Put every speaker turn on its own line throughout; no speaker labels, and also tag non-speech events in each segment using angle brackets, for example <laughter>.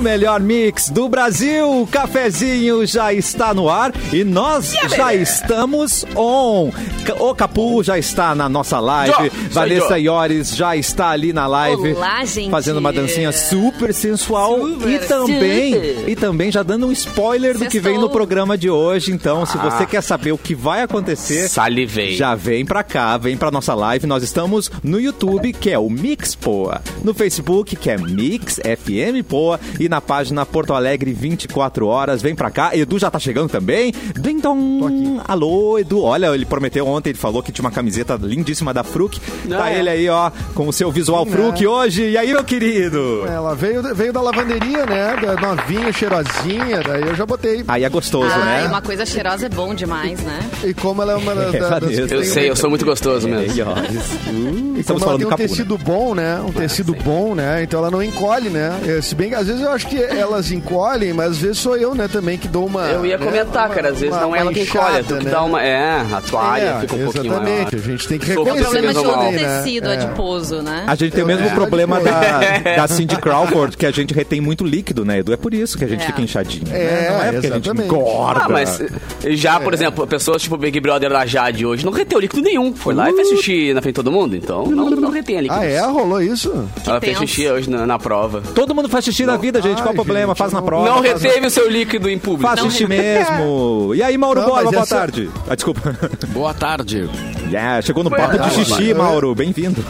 melhor mix do Brasil. O cafezinho já está no ar e nós já estamos on. O Capu já está na nossa live.
Jô,
Vanessa
sou eu.
Iores já está ali na live.
Olá, gente.
Fazendo uma dancinha super sensual
Super.
e também
Super.
e também já dando um spoiler do que
Sextou.
vem no programa de hoje. Então, se
Ah.
você quer saber o que vai acontecer,
Salivei.
já Ah, vem pra cá, vem pra nossa live. Nós estamos no YouTube, que é o Mix Poa. No Facebook, que é Mix FM Poa. E na página Porto Alegre 24 horas. Vem pra cá. Edu já tá chegando também. Ding dong. Alô, Edu. Olha, ele prometeu ontem, ele falou que tinha uma camiseta lindíssima da Fruc. Tá
Ah, é.
ele aí, ó, com o seu visual Fruc hoje. E aí, meu querido?
Ela veio, veio da lavanderia, né? Da novinha, cheirosinha. Daí eu já botei.
Aí é gostoso,
Ai,
né?
uma coisa cheirosa é bom demais, né?
E como ela
<laughs>
é uma das.
É,
das
Vanessa.
que
Eu
tem
sei, eu sou muito gostoso
É,
mesmo.
e
<laughs>
ó, isso- uh,
E como
Estamos
ela
falando
tem
do
um
Capu, né?
tecido bom, né? Um tecido bom, né? Então ela não encolhe, né? É, Se bem que às vezes eu acho que elas encolhem, mas às vezes sou eu, né, também que dou uma.
Eu ia
né,
comentar,
uma-
cara, às vezes
uma-
não é ela que
uma
encolhe, é tu
inchada,
que
né?
dá uma... É, a toalha
É,
fica um pouquinho maior.
Exatamente, a gente tem que
Sou
reconhecer.
O problema
Esse mesmo
de todo
mal.
tecido
É.
adiposo, né?
A gente tem o mesmo
é.
problema
<laughs>
da, da Cindy Crawford, que a gente retém muito líquido, né, Edu? É por isso que a gente
É.
fica inchadinho.
É,
né? Não é porque a gente
exatamente.
engorda.
Ah, mas eh, já,
É.
por exemplo, pessoas tipo Big Brother da Jade hoje não reteu líquido nenhum. Foi lá e fez xixi na frente de todo mundo, então não, não retém líquido.
Ah, é? Rolou isso?
Ela fez
tenso.
xixi hoje na, na prova.
Todo mundo faz xixi na vida, gente. Qual
Ai,
o problema?
gente,
Faz
eu
na
não-
prova.
Não
faz-
reteve o seu líquido em público.
Faz xixi mesmo. E aí, Mauro
Não,
Bola,
mas
boa
essa-
tarde. Ah, desculpa. <laughs>
Boa tarde.
Yeah, chegou no papo de
tarde.
xixi, Mauro. Bem-vindo.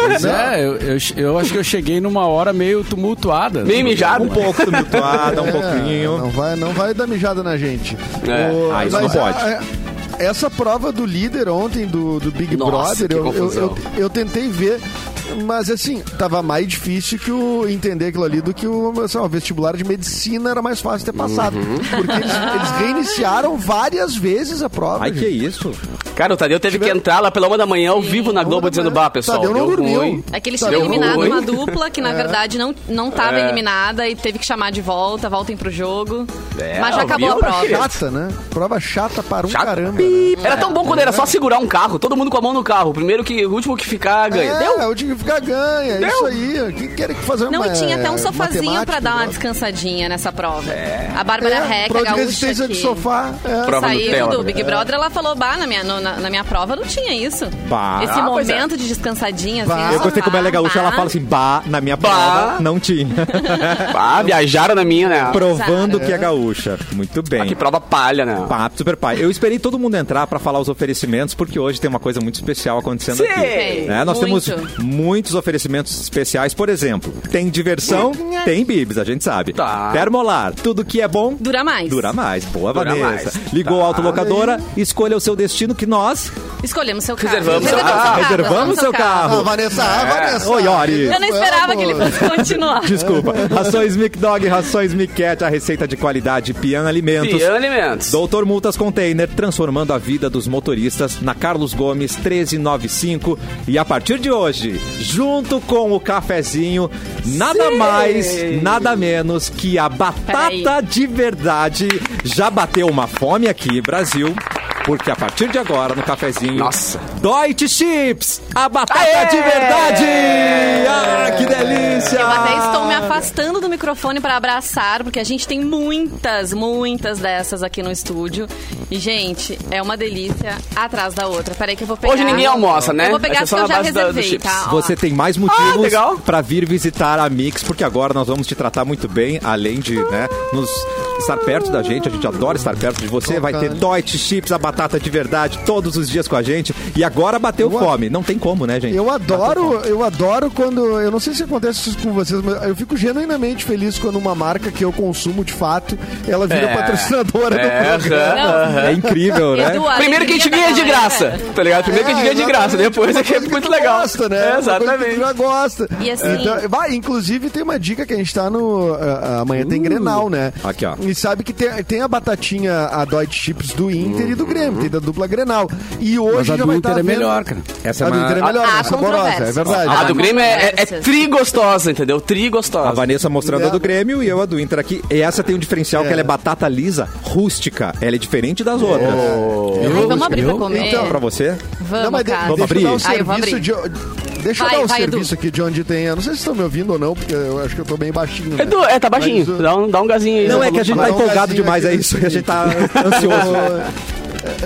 Pois é, eu, eu, eu acho que eu cheguei numa hora meio tumultuada.
Meio mijado.
Um pouco <laughs> tumultuada, um
É,
pouquinho.
Não vai, não vai dar mijada na gente.
É.
Ah, isso não
mas
pode.
a- a- essa prova do líder ontem, do, do Big
Nossa,
Brother, eu,
que
eu,
confusão.
eu- eu tentei ver, mas assim, tava mais difícil que o entender aquilo ali do que o, assim, o vestibular de medicina era mais fácil ter passado.
Uhum.
Porque eles, eles reiniciaram várias vezes a prova.
Ai, que
gente.
isso.
Cara, o Tadeu teve que entrar lá pela uma da manhã ao vivo na Globo dizendo, bah, pessoal,
Tadeu não
deu
dormiu."
ruim.
É que eles
Tá
tinham
deu
eliminado
ruim.
uma dupla que, na verdade, não, não tava
É.
eliminada e teve que chamar de volta, voltem pro jogo.
É,
Mas já
ao
acabou a
vivo,
prova.
filho.
Chata, né? Prova chata para um
Chato.
caramba. né?
Era tão bom quando era só segurar um carro, todo mundo com a mão no carro. O Primeiro que, o último que ficar ganha.
É,
Deu?
o time ficar ganha, é isso aí. Quem quer que fazer
Não,
uma é,
e tinha até um sofazinho pra
matemática,
dar uma
né?
descansadinha nessa prova. A Bárbara
É,
Reca,
prova de
gaúcha,
resistência
que
de sofá. é.
Prova né?
saiu
Nutella.
do Big Brother, ela falou, bah, na minha, no- na, na minha prova não tinha isso.
Bah.
Esse
Ah, pois é.
momento de descansadinha, assim,
Bah.
no
Eu gostei como ela é
sofá,
gaúcha, ela
bah.
fala assim, bah, na minha
Ah, Bah.
prova não tinha.
Ah, viajaram na minha,
<laughs>
né?
Provando que é gaúcha. Muito bem.
Ah, que prova palha, né?
Papo Super Pai. Eu esperei todo mundo entrar pra falar os oferecimentos, porque hoje tem uma coisa muito especial acontecendo
Sim.
aqui. Né? Nós
Muito.
temos muitos oferecimentos especiais, por exemplo, tem diversão, tem bibs, a gente sabe.
Tá.
Termolar, tudo que é bom.
Dura mais.
Dura mais, boa
Dura
Vanessa.
mais.
Ligou
Tá.
a autolocadora, escolha o seu destino que nós
Escolhemos seu carro.
Reservamos seu
seu
carro.
carro.
reservamos seu
Ah,
carro. <laughs>
Vanessa, ah, Vanessa.
É. Oi, Yori.
Eu não esperava que ele fosse
<laughs>
continuar.
Desculpa. Rações Mic Dog, rações Mic Cat, a receita de qualidade Pian Alimentos.
Pian Alimentos.
Doutor Multas Container, transformando a vida dos motoristas na Carlos Gomes 1395. E a partir de hoje, junto com o cafezinho, nada mais, nada menos que a batata
Peraí.
de verdade. Já bateu uma fome aqui, Brasil. Porque a partir de agora, no cafezinho.
Nossa.
Deutsche Chips! A batata
Aê!
de verdade! Ah, que delícia!
Eu até estou me afastando do microfone para abraçar, porque a gente tem muitas, muitas dessas aqui no estúdio. E, gente, é uma delícia atrás da outra. Peraí que eu vou pegar...
Hoje ninguém almoça, né?
Eu vou pegar
É só
porque eu
na
já
base da- do
reservei,
chips.
tá? Ó.
Você tem mais
Ah,
motivos
legal.
pra vir visitar a Mix, porque agora nós vamos te tratar muito bem, além de né, nos estar perto da gente. A gente adora estar perto de você. Vai ter Deutsche Chips, a batata de verdade, todos os dias com a gente. E agora bateu fome. Não tem como, né, gente?
Eu adoro, eu adoro quando. Eu não sei se acontece isso com vocês, mas eu fico genuinamente feliz quando uma marca que eu consumo de fato, ela vira
É.
patrocinadora
É,
do programa.
aham.
Não,
É
<laughs>
incrível, né?
Edu, a
Uhum. Primeiro que a gente
alegria
ganha
da
de
galera.
graça, tá ligado? Primeiro que a gente ganha de graça,
né? exatamente,
depois
uma
é que é
coisa
muito
tu
legal.
Gosta, né?
É,
Uma coisa Que
exatamente.
tu já gosta. Então,
E assim-
vai, inclusive tem uma dica que a gente tá no. ah, ah, amanhã tem Grenal, né?
Aqui, ó.
e sabe que tem, tem a batatinha, a Deutsche Chips do Inter e do Grêmio, tem da dupla Grenal. E hoje
Mas
já
a do
vai
Inter
tá
é
vendo-
melhor, cara.
Essa é
A do Inter é
uma...
melhor,
Há
mais saborosa, é
controvérsias.
verdade.
A do Grêmio é, é, é
Conversas.
tri gostosa, entendeu? Tri gostosa.
A Vanessa mostrando a do Grêmio e eu a do Inter aqui. E essa tem um diferencial que ela é batata lisa, rústica. Ela é diferente das outras. É.
Ai, vamos abrir pra comer.
Então, pra você?
Vamos,
mas de-
cara.
Vamos
deixa eu dar um
Ah, eu vou
serviço
abrir.
de... Deixa
Vai,
eu dar um
vai, Edu.
serviço aqui de onde tem... Eu não sei se estão me ouvindo ou não, porque eu acho que eu tô bem baixinho. né?
Edu, é, tá baixinho.
Mas, uh,
Dá um, dá um gazinho aí.
Não,
né?
é que a gente tá
Mas um
empolgado
pedacinho
demais, é
aqui do
isso. A gente tá
Ô,
ansioso.
é,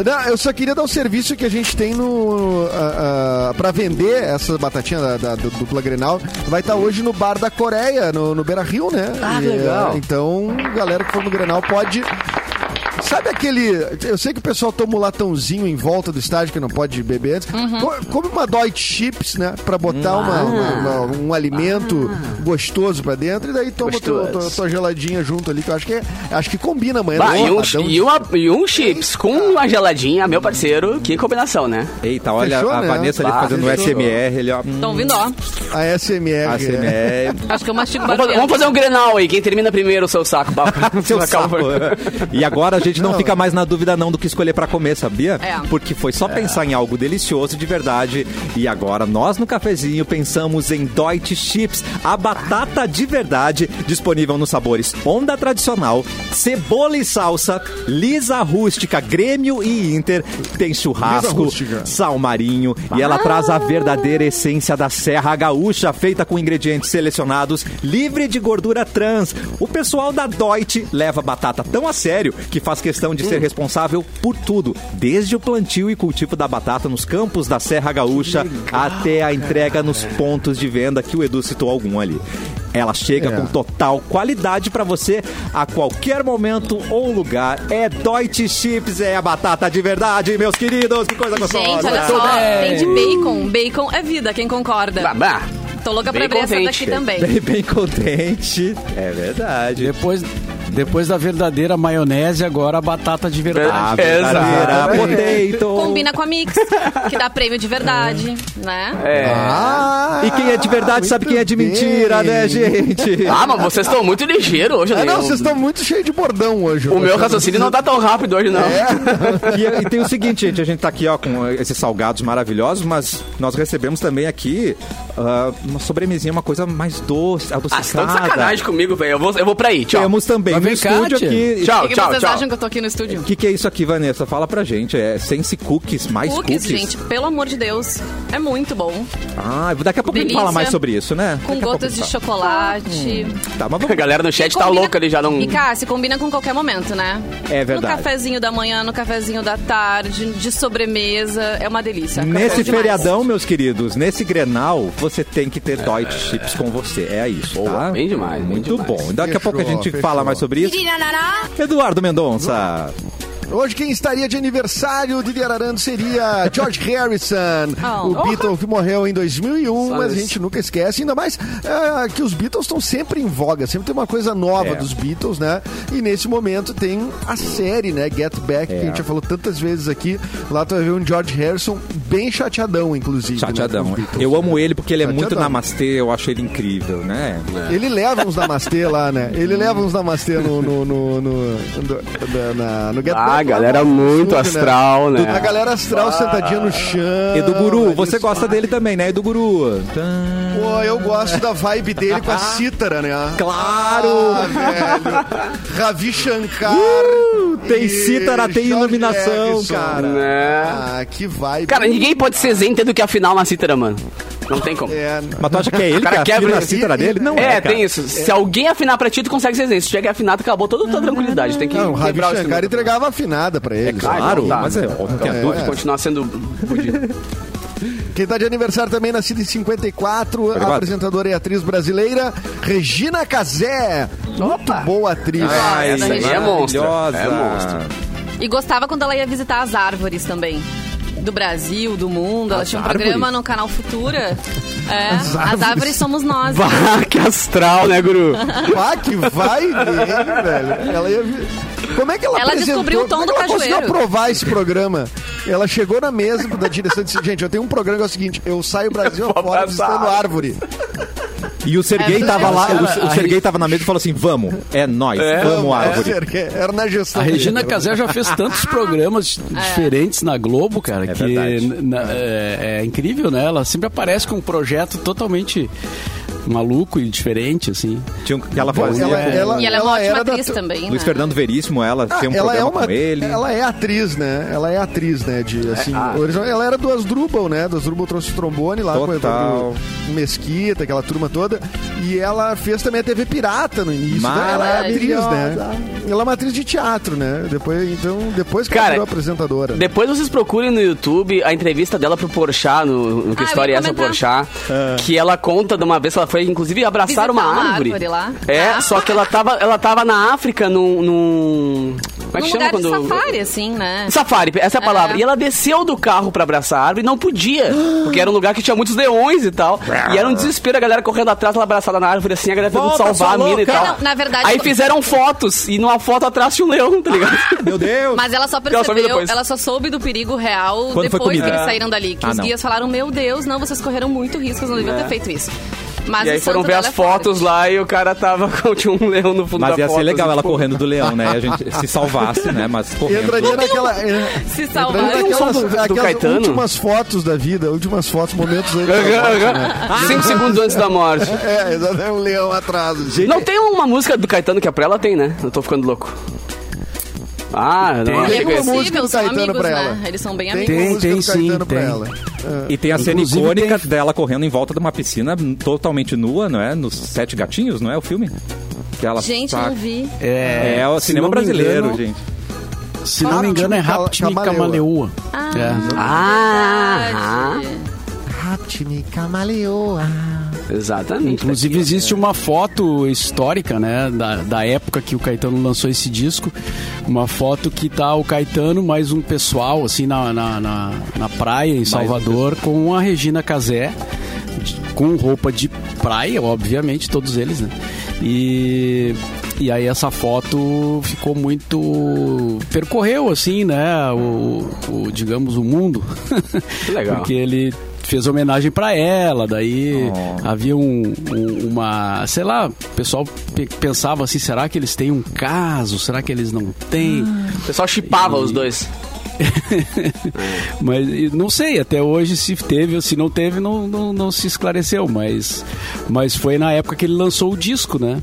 Não, eu só queria dar um serviço que a gente tem no ah, ah, pra vender essa batatinha da, da- do dupla Grenal. Vai estar hoje no bar da Coreia, no, no Beira Rio, né?
Ah, que legal.
eh, Então, galera que for no Grenal pode. Sabe aquele. Eu sei que o pessoal toma um latãozinho em volta do estádio que não pode beber antes.
Uhum.
Co- Come uma Deutsche Chips, né? Pra botar
Ah.
uma- uma- uma- um alimento gostoso pra dentro e daí toma tua,
Gostoso.
tua- tua geladinha junto ali, que eu acho que, é- acho que combina amanhã.
Bah,
né?
e, um,
Ladão de-
e, uma- e um chips com uma geladinha, meu parceiro, que combinação, né?
Eita, olha
Fechou,
a
né?
Vanessa ali
Bah,
fazendo o
fechou.
SMR. Ele, ó. hum,
Estão ouvindo, ó.
A SMR. é. <laughs>
ASMR.
Acho que eu mastigo
Vamos fazer,
barulho.
vamos fazer um grenal aí, quem termina primeiro o seu saco. Bah,
Seu
acaba-
sapo. E agora a gente não,
Não.
fica mais na dúvida não do que escolher pra comer, sabia?
É.
Porque foi só pensar em algo delicioso de verdade. E agora nós no cafezinho pensamos em Deutsche Chips, a batata de verdade, disponível nos sabores onda tradicional, cebola e salsa, lisa rústica, Grêmio e Inter, tem churrasco,
rústica.
sal marinho e ela traz a verdadeira essência da Serra Gaúcha, feita com ingredientes selecionados, livre de gordura trans. O pessoal da Deutsche leva a batata tão a sério que faz questão de ser responsável por tudo, desde o plantio e cultivo da batata nos campos da Serra Gaúcha até a entrega nos pontos de venda que o Edu citou algum ali. Ela chega
É.
com total qualidade pra você a qualquer momento ou lugar. É Deutsche Chips, é a batata de verdade, meus queridos. Que coisa gostosa.
Gente, olha só, tem de bacon. Bacon é vida, quem concorda?
Bah, bah.
Tô louca pra
Bem
abrir essa
contente.
daqui também.
Bem, bem contente. É verdade.
Depois, depois da verdadeira maionese, agora a batata de
A
verdade.
verdadeira
Exatamente.
Ah, potato.
Combina com a Mix, que dá prêmio de verdade, né?
É.
Ah,
E quem é de verdade sabe quem é de mentira, né, gente?
Ah, mas vocês estão muito ligeiros hoje, né?
Ah, não, vocês estão muito cheios de bordão hoje.
O meu raciocínio não tá tão rápido hoje, não.
E, e tem o seguinte, gente, a gente tá aqui ó, com esses salgados maravilhosos, mas nós recebemos também aqui ah, uma sobremesinha, uma coisa mais doce,
Ah, vocês estão de
adocicada.
sacanagem comigo, velho. Eu vou, eu vou pra aí, tchau.
Temos também
Mas
no
vem cá,
estúdio
tia.
aqui.
O
Tchau,
que, que
tchau,
vocês
tchau. <laughs>
acham que eu tô aqui no estúdio?
O que, que é isso aqui, Vanessa? Fala pra gente. É sense cookies, mais cookies?
Cookies, gente, pelo amor de Deus. É muito bom.
Ah, daqui a pouco a gente
Delícia.
fala mais sobre isso, né?
Com
Daqui a pouco
gotas
a
de
gente
chocolate.
fala. Tá, mas
A
vamos
galera no chat tá
Combina-
louca ali já não.
E, cara, se combina com qualquer momento, né?
É verdade.
No cafezinho da manhã, no cafezinho da tarde, de sobremesa. É uma delícia.
Nesse
Gostoso demais.
feriadão, meus queridos, nesse Grenal, você tem que ter Deutsche Chips com você. É isso, tá?
Boa, bem demais, bem
Muito
demais.
bom. Daqui a
Fechou,
pouco a gente
fechou.
fala mais sobre isso. Eduardo Mendonça.
Hoje quem estaria de aniversário de Ararando seria George Harrison,
Oh.
o Beatle que morreu em 2001,
Só
mas a
isso.
gente nunca esquece, ainda mais ah, que os Beatles estão sempre em voga, sempre tem uma coisa nova
É.
dos Beatles, né? E nesse momento tem a série, né, Get Back, que a gente já falou tantas vezes aqui, lá tu vai ver um George Harrison bem chateadão, inclusive. né, com os
Chateadão.
Beatles.
Eu amo ele porque ele é muito
Chateadão.
namastê, eu acho ele incrível, né?
Ele leva uns namastê lá, né? Ele leva uns namastê no. no, no, no, no, na- no Get
Ah,
Back,
galera
lá no
muito
estúdio,
astral, né?
A galera astral sentadinha no chão.
Edu Guru,
ali,
você
assim,
gosta dele também, né, Edu Guru?
Pô, eu gosto da vibe dele com a cítara, né?
Claro!
Ah, velho. Ravi Shankar.
tem
e
cítara, tem
George
iluminação,
Harrison.
cara.
Né?
Ah, que vibe.
Cara, ninguém pode ser isento do que a final na cítara, mano. Não tem como. É,
É,
Mas tu acha que é ele
cara
que
quebra
afina a
ele.
cítara dele? Não é, cara.
tem isso. Se alguém afinar pra ti, tu consegue ser isento. Se chega afinado, acabou toda a tua tranquilidade. Tem que
não, o Ravi
quebrar o
Shankar
instrumento.
entregava afinada pra ele.
claro.
Claro,
Não dá,
mas é,
né?
não tem a
É.
dúvida.
Continuar sendo fudido.
Quem tá de aniversário também, nascida em 54,
Obrigado.
apresentadora e atriz brasileira, Regina Casé. Muito boa atriz.
Ah, essa aí é monstro. É monstro.
E gostava quando ela ia visitar as árvores também. Do Brasil, do mundo. Ela
As
tinha um
árvores?
programa no canal Futura. É, as árvores, somos nós.
Bah, que astral, né, Guru?
Ah, que vai, hein, velho. Ela ia... vi- Como é que ela
Ela
apresentou?
descobriu o tom
Como é
do
que ela conseguiu
cajueiro.
aprovar esse programa? Ela chegou na mesa da direção e disse, gente, eu tenho um programa que é o seguinte, eu saio Brasil
Vou
afora
abraçar
visitando
a
árvore.
E o Serguei
É,
tava
mas
lá,
cara,
o, o
a
Serguei tava na mesa e falou assim: vamos, é nós, vamos, árvore.
É, Serguei, Era na gestão.
A
dele.
Regina Casé já fez
<laughs>
tantos programas diferentes na Globo, cara, que
É. verdade.
na- é, é incrível, né? Ela sempre aparece com um projeto totalmente maluco e diferente, assim.
Tinha um- que ela
Ela-
fazia.
ela-
com-
E ela é uma
ela
ótima
era da
atriz
tu-
também.
Luiz
né?
Fernando Veríssimo, ela tem um
ela
programa
é uma,
com ele.
ela é atriz, né? Ela é atriz, né? De assim, original- ela era do Asdrubal, né? Do Asdrubal trouxe trombone lá com o
Total.
Evandro Mesquita, aquela turma toda. E ela fez também a TV Pirata no início. né? Ela é atriz, né? Ela é uma atriz de teatro, né? Depois, então, depois que ela
Cara,
virou apresentadora.
Depois vocês procurem no YouTube a entrevista dela pro Porchat, no, no Que
Ah, eu
História é
ia
Essa
comentar.
Porchat,
É.
que ela conta de uma vez que ela foi, inclusive, abraçar
Visitar
uma
uma
árvore.
árvore lá.
É,
Ah.
só que ela tava, ela tava na África num... num como é que
Num
chama
lugar
quando...
de safari, assim, né?
Safari, essa é a palavra.
É.
E ela desceu do carro pra abraçar a árvore e não podia. Porque era um lugar que tinha muitos leões e tal. E era um desespero, a galera correndo atrás, ela abraçada na árvore, assim, a galera tentando
Volta,
salvar a
sua
mina e
louca!
tal.
Não, na verdade-
Aí fizeram fotos, e numa foto atrás tinha um leão, tá ligado?
<laughs>
Meu Deus!
Mas ela só
Ela só veio
percebeu, ela
depois.
só, soube do perigo real
Quando foi
depois
comida.
que eles
É.
saíram dali. Que
Ah,
os
não.
guias falaram, meu Deus, não, vocês correram muito risco, vocês não deviam ter feito isso. Mas
É. e aí
o
foram
santo
ver
dela
as
é forte.
fotos lá e o cara tava <laughs> com tinha um leão no fundo
Mas
da
ia
foto.
ser legal
assim,
tipo-
ela
pô.
correndo do leão, né? A
<laughs>
gente se salvasse, né? Mas
Entraria
correndo.
naquela. é,
Se
Entraria
salvaram.
um som
naquelas
do- do
aquelas
Caetano?
últimas fotos da vida, últimas fotos, momentos antes. da
Aham,
morte,
aham.
né?
Cinco segundos antes da morte.
É, exatamente, um leão atrás. Gente,
Não tem uma música do Caetano que é pra ela? Tem, né? Eu tô ficando louco. Ah, não.
E
achei
é
que ia ser.
música do
possível, são
Caetano
amigos,
pra
né?
ela.
Eles são bem
tem,
amigos.
Tem,
música
tem
do
sim,
Caetano pra
tem.
ela.
E tem a cena
Inclusive,
icônica dela correndo em volta de uma piscina totalmente nua, não é? Nos Sete Gatinhos, não é o filme? Que ela
Gente, eu
tá-
não vi.
É, o
se
cinema
não me
brasileiro,
engano-
gente.
Se não me engano, é
Raptim
Raptimi
e Camaleoa.
Camaleoa.
Ah,
Verdade.
Raptime Camaleoa.
ah, exatamente.
Inclusive existe uma foto histórica, né, da, da época que o Caetano lançou esse disco, uma foto que tá o Caetano mais um pessoal assim na, na, na, na praia em Salvador com a Regina Casé de- com roupa de praia, obviamente todos eles, né? E e aí essa foto ficou muito percorreu assim, né, o, o digamos o mundo.
legal.
<laughs> Porque ele fez homenagem pra ela, daí
Oh.
havia um, um- uma, sei lá, o pessoal pe- pensava assim, será que eles têm um caso? Será que eles não têm?
O pessoal chipava os dois.
Mas e não sei, até hoje se teve ou se não teve, não, não, não se esclareceu, mas, mas foi na época que ele lançou o disco, né?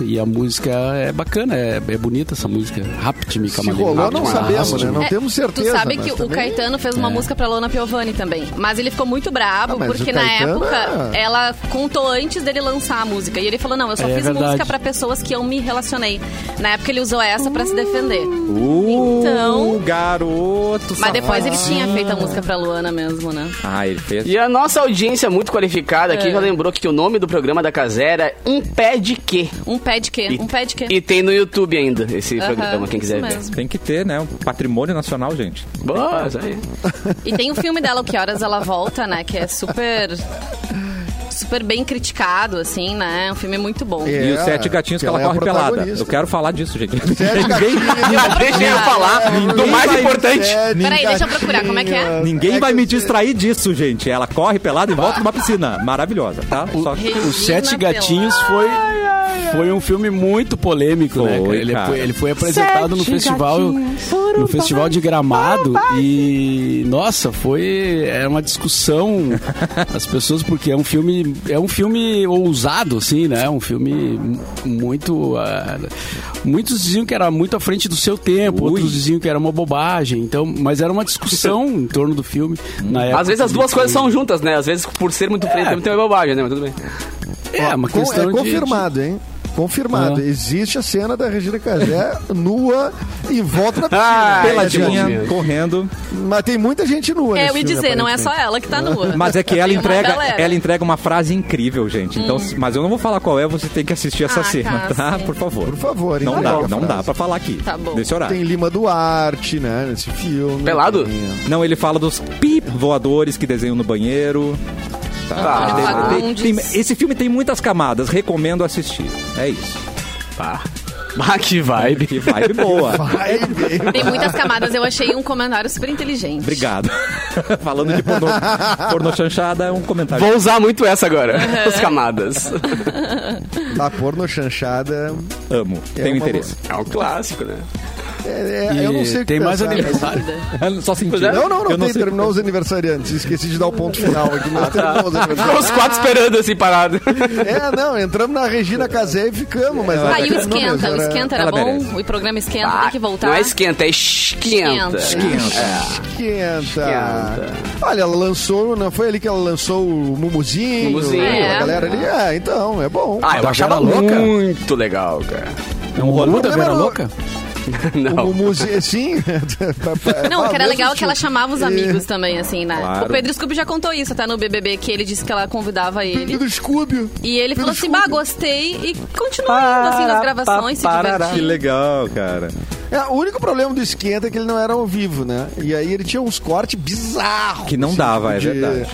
E a música é bacana, é, é bonita essa música. Rapid me
Se rolou, não sabemos, né? Não
É,
temos certeza.
Tu sabe
mas
que o
também- é.
Caetano fez uma música pra Lona Piovani também. Mas ele ficou muito brabo,
Ah, mas
porque
o
na
Caetano
época
é-
ela contou antes dele lançar a música. E ele falou: não, eu só
É
fiz
verdade.
música pra pessoas que eu me relacionei. Na época ele usou essa pra se defender.
Uh,
Então-
garoto.
Mas depois ele
safado.
tinha feito a música pra Luana mesmo, né?
Ah, ele fez.
E a nossa audiência é muito qualificada aqui
É.
já lembrou que o nome do programa da Casera é Impede Que.
Um pé de quê? Um pé de quê?
E tem no YouTube ainda esse
Aham,
programa, quem quiser
isso
ver.
mesmo.
Tem que ter, né? Um patrimônio nacional, gente.
Boa, isso aí.
E tem o filme dela, O Que Horas Ela Volta, né? Que é super. Super bem criticado, assim, né? Um filme muito bom.
É,
E os sete gatinhos que ela,
é a
corre pelada.
protagonista.
Eu quero falar disso, gente.
Sete gatinhos.
Deixa eu
É,
falar do mais
vai-
importante.
É,
Sete
Peraí, deixa eu procurar, como é que é?
gatinhos.
Ninguém
É
vai
que
me
você-
distrair disso, gente. Ela corre pelada e volta numa piscina. Maravilhosa, tá? Só que
Regina
Os Sete
Pela-
Gatinhos foi, foi um filme muito polêmico, né?
Foi,
cara? Ele,
cara.
Foi, ele foi apresentado no festival no festival de Gramado e nossa, foi é uma discussão as pessoas porque é um filme é um filme ousado assim, né? É Um filme mu- muito ah, muitos diziam que era muito à frente do seu tempo,
Ui.
outros diziam que era uma bobagem. Então, mas era uma discussão em torno do filme na época.
Às vezes as
que
duas
foi-
coisas são juntas, né? Às vezes por ser muito frente também tem uma bobagem, né? Mas tudo bem.
é, uma
Com-
questão
é
de- de-
confirmado, hein? Confirmado.
Ah.
Existe a cena da Regina Casé nua e volta <laughs> na piscina.
Ah,
peladinha,
Deus.
correndo.
Mas tem muita gente nua.
É,
nesse
eu ia
filme,
dizer, não é só
aparentemente.
ela que tá nua.
Mas é que ela
Tem uma
entrega,
galera.
ela entrega uma frase incrível, gente. Então, se- mas eu não vou falar qual é, você tem que assistir essa
Ah,
cena,
tá,
tá?
sim.
Por favor.
Por favor, então.
Não
entrega
dá,
a
não
frase.
dá pra falar aqui.
Tá bom.
Nesse horário.
Tem Lima Duarte, né? Nesse filme.
Pelado?
Tem-
Não, ele fala dos pip voadores que desenham no banheiro. Tá.
Ah,
Tem-
Fagundes.
tem- tem- esse filme tem muitas camadas, recomendo assistir. É isso.
Pá. <laughs> Ah, que vibe.
Que vibe boa.
<laughs> Ai, meu.
Tem muitas camadas, eu achei um comentário super inteligente.
Obrigado. <laughs> Falando de pornô, pornô chanchada, é um comentário.
Vou usar muito essa agora, as camadas.
A porno chanchada.
Amo.
É
Tenho
uma
interesse.
É um clássico, né?
Então,
é- é- eu não sei o que
tem mais
pensar, mas-
<laughs>
aniversário.
Só senti.
Não, não, não.
Eu não
tem,
sei-
terminou os aniversariantes. Esqueci de dar o ponto final aqui.
Ah,
Mas
tá.
terminou os
Ficou
aniversariantes.
os quatro esperando assim, parado.
É, não. Entramos na Regina Casé e ficamos. Mas
Ah, e o
terminou mesmo,
esquenta. O
era-
esquenta era
Ela
bom.
merece.
O programa esquenta
Ah,
tem que voltar.
Não é esquenta, é esquenta.
é.
Esquenta.
Esquenta. Olha, ela lançou, não foi ali que ela lançou o Mumuzinho?
Mumuzinho.
A
É.
galera ali, ah, então, é bom.
Ah, eu
Da
achava
Vera Louca?
muito legal, cara. <laughs>
É um rolê da Vera
Não,
Louca?
o
Não.
Mumuzinho, sim. <laughs>
Não, o que era legal é que ela
chamava.
chamava os
É.
amigos também, assim, né?
Claro.
O Pedro Scooby já contou isso até no BBB, que ele disse que ela convidava ele.
Do Scooby.
E ele falou assim, bah, gostei. E continuou indo, assim, nas gravações,
<laughs>
se
Que
divertindo.
legal, cara.
É, o único problema do esquenta é que ele não era ao vivo, né? E aí ele tinha uns cortes bizarros. assim,
Que não dava, é verdade.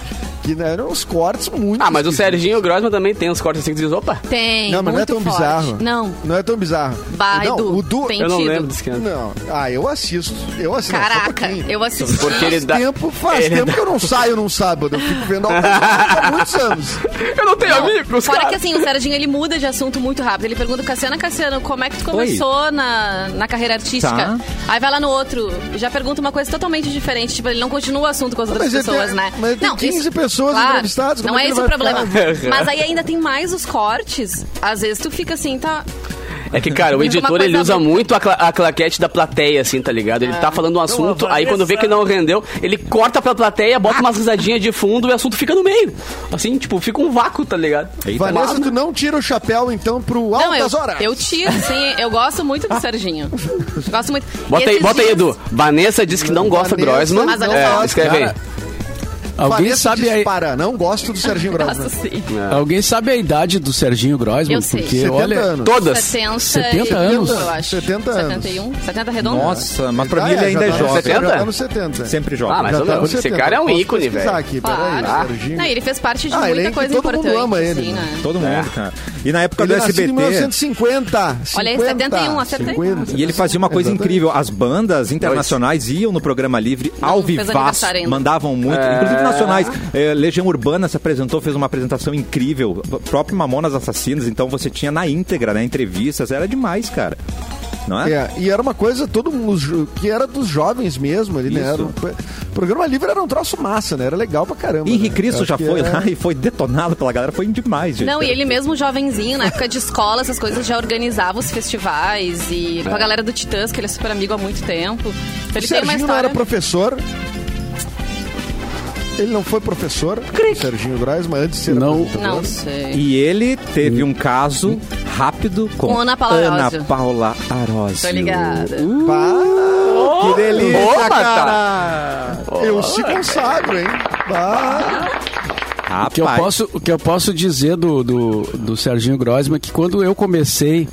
Que né, eram uns cortes muito.
Ah, mas o
esquisitos.
Serginho Grossman também tem uns cortes assim que diz, opa,
Tem,
Não, mas não é
muito
tão
forte.
bizarro.
Não.
Não é tão bizarro.
Bah,
não,
Edu,
o Du.
tem
eu não
Sentido.
lembro desse esquenta.
Não, ah, eu assisto. Eu assisto. não, só um
Caraca,
pouquinho.
eu assisti.
Porque ele dá...
tempo, faz
ele
tempo
dá-
que eu não saio num sábado. Eu fico vendo ao vivo há muitos anos.
Eu não tenho amigos,
Fora
cara.
que assim, o Serginho ele muda de assunto muito rápido. Ele pergunta, Cassiano, Cassiano, como é que tu começou na, na carreira artística?
Tá.
Aí vai lá no outro, já pergunta uma coisa totalmente diferente. Tipo, ele não continua o assunto com as outras
Mas ele
pessoas,
tem-
né?
mas ele tem
não,
15 pessoas entrevistadas, como
Não
é
é
que
esse o
ele vai
problema.
ficar?
<laughs> Mas aí ainda tem mais os cortes. Às vezes tu fica assim, tá.
É que, cara, o
<laughs> Uma
editor
coisa
ele usa
muito- Ah,
muito a, cla- a claquete da plateia, assim, tá ligado? Ele tá falando um assunto, aí quando vê que não rendeu, ele corta pra plateia, bota
Ah.
umas risadinhas de fundo e o assunto fica no meio. Assim, tipo, fica um vácuo, tá ligado?
Vanessa, tu não tira o chapéu, então, pro
Não, eu,
Altas Horas.
eu tiro, sim. Eu gosto muito do
<laughs>
Serginho. Gosto muito.
Bota aí,
Esses
bota aí,
dias-
Edu. Vanessa diz que não gosta do
Vanessa
Grossman.
Mas olha
É,
só.
escreve aí.
Cara, Alguém
Vanessa
sabe a, É.
dispara. Não gosto do Serginho né?
Gosto
Grossman.
sim.
alguém sabe a idade do Serginho Grossman?
Eu sei.
Porque
tá
70
olha,
anos.
É. Todas.
70,
70
e- um,
anos.
eu acho.
70 anos.
71, 70 redondo.
Nossa, mas pra
Ah,
mim ele ainda
já
é
tá no-
jovem.
70?
Já tá no 70.
Sempre jovem.
Ah, mas
Já
eu
tá
não,
no
esse
70.
cara é um
Posso
ícone,
pesquisar
velho.
aqui, peraí,
Claro.
Serginho.
Não, e ele fez parte de
Ah, ele é
muita
que
coisa
todo mundo
importante.
ama ele,
assim,
né?
né?
Todo mundo, cara. E na época
Ele
do
nasceu em
SBT.
1950.
Olha é um, aí,
50.
71, acertei.
50.
E ele fazia uma coisa
Exatamente.
incrível. As bandas internacionais iam no programa livre ao
fez
vivaço,
aniversário ainda.
mandavam muito, inclusive nacionais. É, Legião Urbana se apresentou, fez uma apresentação incrível. O próprio Mamonas Assassinas, então você tinha na íntegra, né? Entrevistas, era demais, cara. Não é?
É, e era uma coisa, todo mundo, jo- que era dos jovens mesmo ali, né?
Isso.
Era um- o programa livre era um troço massa, né? Era legal pra caramba.
Henri
né?
Cristo
Acho
já
que
foi
era-
lá e foi detonado pela galera, foi demais, gente.
Não, e ele mesmo jovenzinho, na época de escola, essas coisas, já organizava os festivais e com a galera do Titãs, que ele é super amigo há muito tempo. Então,
O
ele tem uma
Serginho não era
história...
professor. Ele não foi professor, o Serginho Grossman, antes de ser
Não.
apresentador.
Não sei.
E ele teve um caso rápido com,
Com Ana Paula
Ana
Arósio.
Paula Arósio.
Tô ligada.
Pá,
Que delícia,
Opa, tá.
cara!
eu se consagro, hein? Pá.
O que eu
Rapaz.
posso, o que eu posso dizer do, do, do Serginho Grossman é que quando eu comecei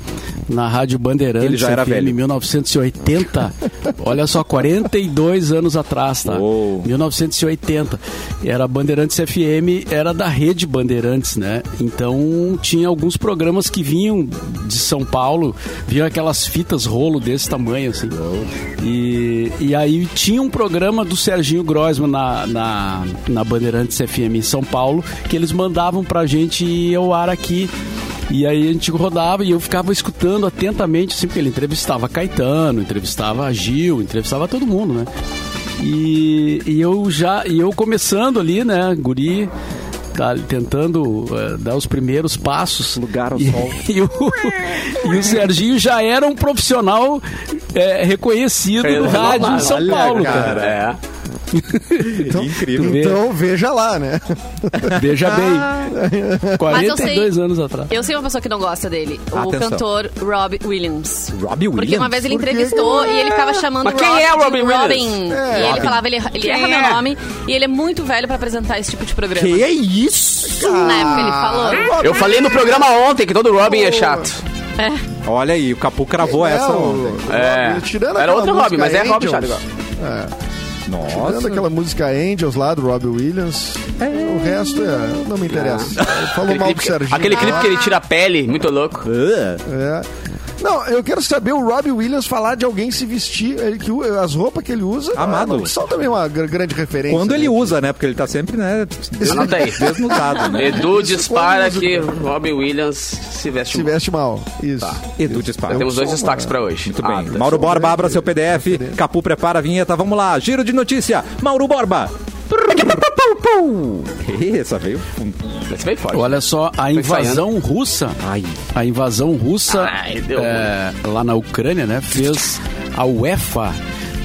na Rádio Bandeirantes
Ele já era
FM,
velho.
em
<laughs>
1980, olha só, 42 anos atrás, tá?
Uou.
1980. Era Bandeirantes FM, era da rede Bandeirantes, né? Então tinha alguns programas que vinham de São Paulo, vinham aquelas fitas rolo desse tamanho, assim. E, e aí tinha um programa do Serginho Grossman na, na, na Bandeirantes FM em São Paulo, que eles mandavam pra gente ir ao ar aqui. E aí a gente rodava e eu ficava escutando atentamente, assim, porque ele entrevistava Caetano, entrevistava Gil, entrevistava todo mundo, né? E, e eu já, e eu começando ali, né, guri, tá, tentando eh, dar os primeiros passos.
Lugar ao
e,
sol.
<laughs> E o, e o Serginho já era um profissional eh, reconhecido no rádio em É São
Olha,
Paulo,
cara.
cara.
É.
Então, incrível.
vê.
<laughs> Então veja lá, né?
Veja bem.
Mas eu sei-
42 anos atrás.
Eu sei uma pessoa que não gosta dele. O
Atenção.
cantor Rob Williams.
Robbie Williams.
Porque uma vez ele
Por quê?
entrevistou e ele ficava chamando
Mas quem
Rob
é
de
Robin Williams?
Robin.
É.
E ele
Robin.
falava, ele, ele erra
é?
meu nome. E ele é muito velho pra apresentar esse tipo de programa.
Que é isso?
Na época ele
Ah.
falou.
Eu falei no programa ontem que todo Robin é chato.
Olha aí, o Capu cravou essa ontem.
É.
Tirando
Era
aquela
outro
música
Robin, mas é Robin
Angels,
chato agora.
Tirando
Nossa.
aquela música Angels lá do Robbie Williams, o resto é, não me interessa. Falou
Aquele
mal do
clipe, que,
Serginho.
aquele clipe
lá,
que ele tira a pele, muito louco.
Ah,
é. Não, eu quero saber o Robbie Williams falar de alguém se vestir, ele que u- as roupas que ele usa.
Amado.
ah, não, São também uma gr- grande referência.
Quando
né?
ele usa, né? Porque ele tá sempre, né?
<laughs>
Anota aí.
Desnudado, né?
Edu dispara
quando
que Robin Williams se veste
se
mal.
veste mal. Isso.
Edu dispara.
Tá. Temos dois
som,
destaques
né?
pra hoje.
Muito bem.
Ah, tá.
Mauro Borba, abra seu PDF. Capu, prepara a vinheta. Vamos lá. Giro de notícia. Mauro Borba. Essa veio. um
Esse é bem forte.
Olha só, a invasão russa.
Ai.
A invasão russa
né? Ai, deu
é, lá na Ucrânia, né? Fez a UEFA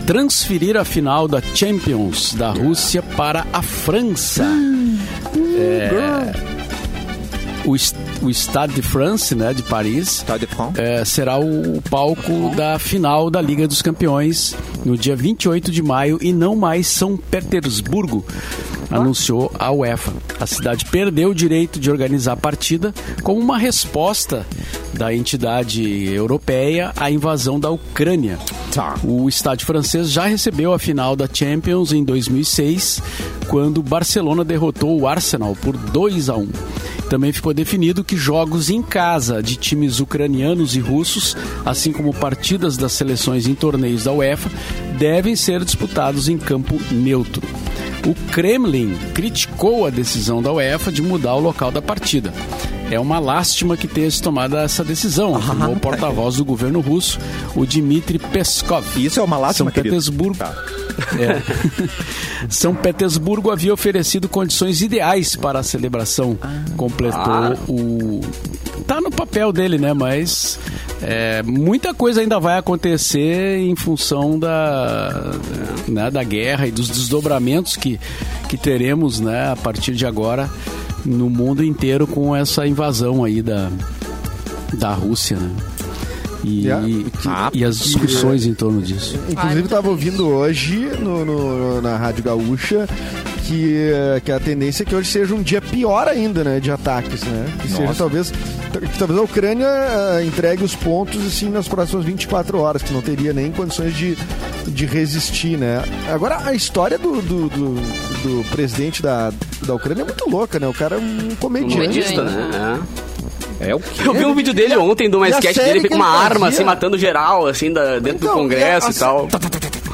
transferir a final da Champions da Rússia para a França.
Hum,
É, o, est- o Stade de France, né, de Paris,
Tá de pão.
é, será o o palco da final da Liga dos Campeões no dia 28 de maio e não mais São Petersburgo, anunciou a UEFA. A cidade perdeu o direito de organizar a partida como uma resposta da entidade europeia à invasão da Ucrânia.
Tá.
O estádio francês já recebeu a final da Champions em 2006, quando Barcelona derrotou o Arsenal por 2 a 1. Também ficou definido que jogos em casa de times ucranianos e russos, assim como partidas das seleções em torneios da UEFA, devem ser disputados em campo neutro. O Kremlin criticou a decisão da UEFA de mudar o local da partida. É uma lástima que tenha se tomado essa decisão, afirmou o porta-voz do governo russo, o Dmitry Peskov.
Isso é uma lástima,
São
querido.
Petersburgo.
Tá.
É. São Petersburgo havia oferecido condições ideais para a celebração, completou o. Tá no papel dele, né? Mas é, muita coisa ainda vai acontecer em função da, né, da guerra e dos desdobramentos que, que teremos né, a partir de agora no mundo inteiro com essa invasão aí da, da Rússia, né? E,
Yeah.
Ah,
e as discussões em torno disso.
Ai,
Inclusive,
muito
estava ouvindo hoje no, no- na Rádio Gaúcha que, eh, que a tendência é que hoje seja um dia pior ainda, né? De ataques, né? Que seja
Nossa.
talvez. Que talvez a Ucrânia eh, entregue os pontos assim nas próximas 24 horas, que não teria nem condições de, de resistir, né? Agora, a história do, do, do- do presidente da, da Ucrânia é muito louca, né? O cara é um comediante.
Comedista,
Comediante.
né?
É o quê?
Eu vi um vídeo dele ontem, de uma
E a
sketch
série
dele
que
com uma
ele
arma,
fazia?
assim, matando geral, assim, da- dentro
Então,
do Congresso
é,
e tal.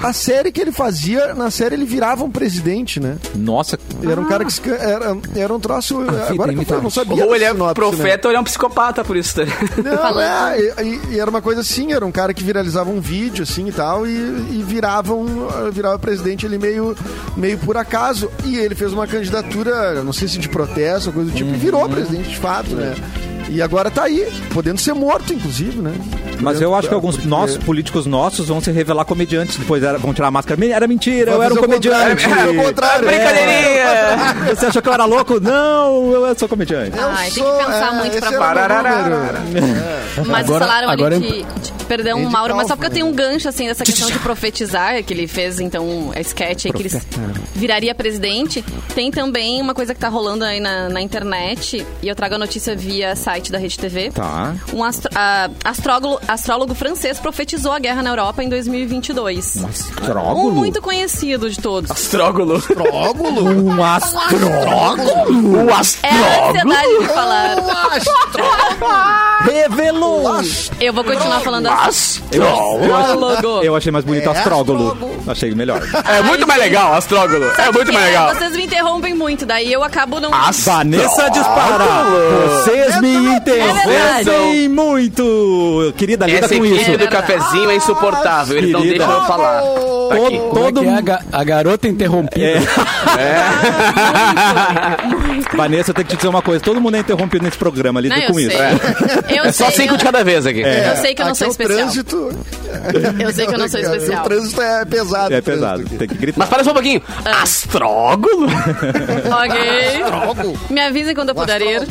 A série que ele fazia, na série ele virava um presidente, né?
Nossa.
Ele era um
Ah.
cara que esca- era, era um troço.
Ah,
agora que eu, fui, eu não sabia.
Ou
da
ele é
sinopse,
profeta ou ele é um psicopata por isso. <laughs> tá?
Né? Não, é, e, e era uma coisa assim, era um cara que viralizava um vídeo assim e tal, e, e virava, um, virava presidente ele meio, meio por acaso. E ele fez uma candidatura, não sei se de protesto, coisa do tipo,
Uhum.
e virou presidente de fato, né? E agora tá aí, podendo ser morto, inclusive, né?
Mas
Podendo-
eu acho que alguns
porque-
nossos, políticos nossos vão se revelar comediantes. Depois era- vão tirar a máscara. Era mentira, eu
Vai
era um
fazer o
comediante.
contrário, é, é o contrário.
Brincadeirinha!
Você achou que eu era louco? Não, eu sou comediante.
Eu
Ai, tem
sou- é,
que pensar muito
esse
pra
era o meu
Parararara.
número.
Mas
Agora-
falaram
agora é-
ali que. de- Perdão,
Andy
Mauro, mas só
Kaufman.
porque eu tenho um gancho, assim, dessa questão de profetizar, que ele fez, então, a sketch aí que ele viraria presidente. Tem também uma coisa que tá rolando aí na, na internet, e eu trago a notícia via site da Rede TV.
Tá.
Um astro- ah, astrólogo, astrólogo francês profetizou a guerra na Europa em 2022.
Um
Um
astrógolo?
muito conhecido de todos.
Astrógolo.
Um astrógolo?
O
É a
astrógolo.
ansiedade de falar.
Revelou!
Eu vou
Tá
continuar falando assim. É,
Astrógolo.
Astrólogo.
Eu achei mais bonito astrógolo. Achei melhor.
É muito mais legal, astrógolo. É muito mais
Porque
legal.
Vocês me interrompem muito, daí eu acabo não.
né? Vanessa dispara! Vocês me interrompem
verdade.
muito! Querida, lida
Essa
tá com isso.
equipe do cafezinho é insuportável. Eles não
Querida.
deixam eu falar. Tá aqui.
Todo,
Como é
todo
que é a,
mundo.
ga- a garota interrompida?
Vanessa, eu tenho que te dizer uma coisa: todo mundo é interrompido nesse programa, lida
Não, eu
com
sei.
isso.
Eu
É só
sei,
cinco
eu,
de cada vez aqui.
eu sei que eu não
Aqui
sou
é o
especial.
trânsito.
Eu sei que eu não sou
O
especial.
trânsito é pesado.
É
o trânsito
pesado,
aqui.
tem que gritar.
Mas para só um pouquinho.
Ah.
Astrógolo?
Ok.
Astrólogo?
Me avisem quando eu puder ir.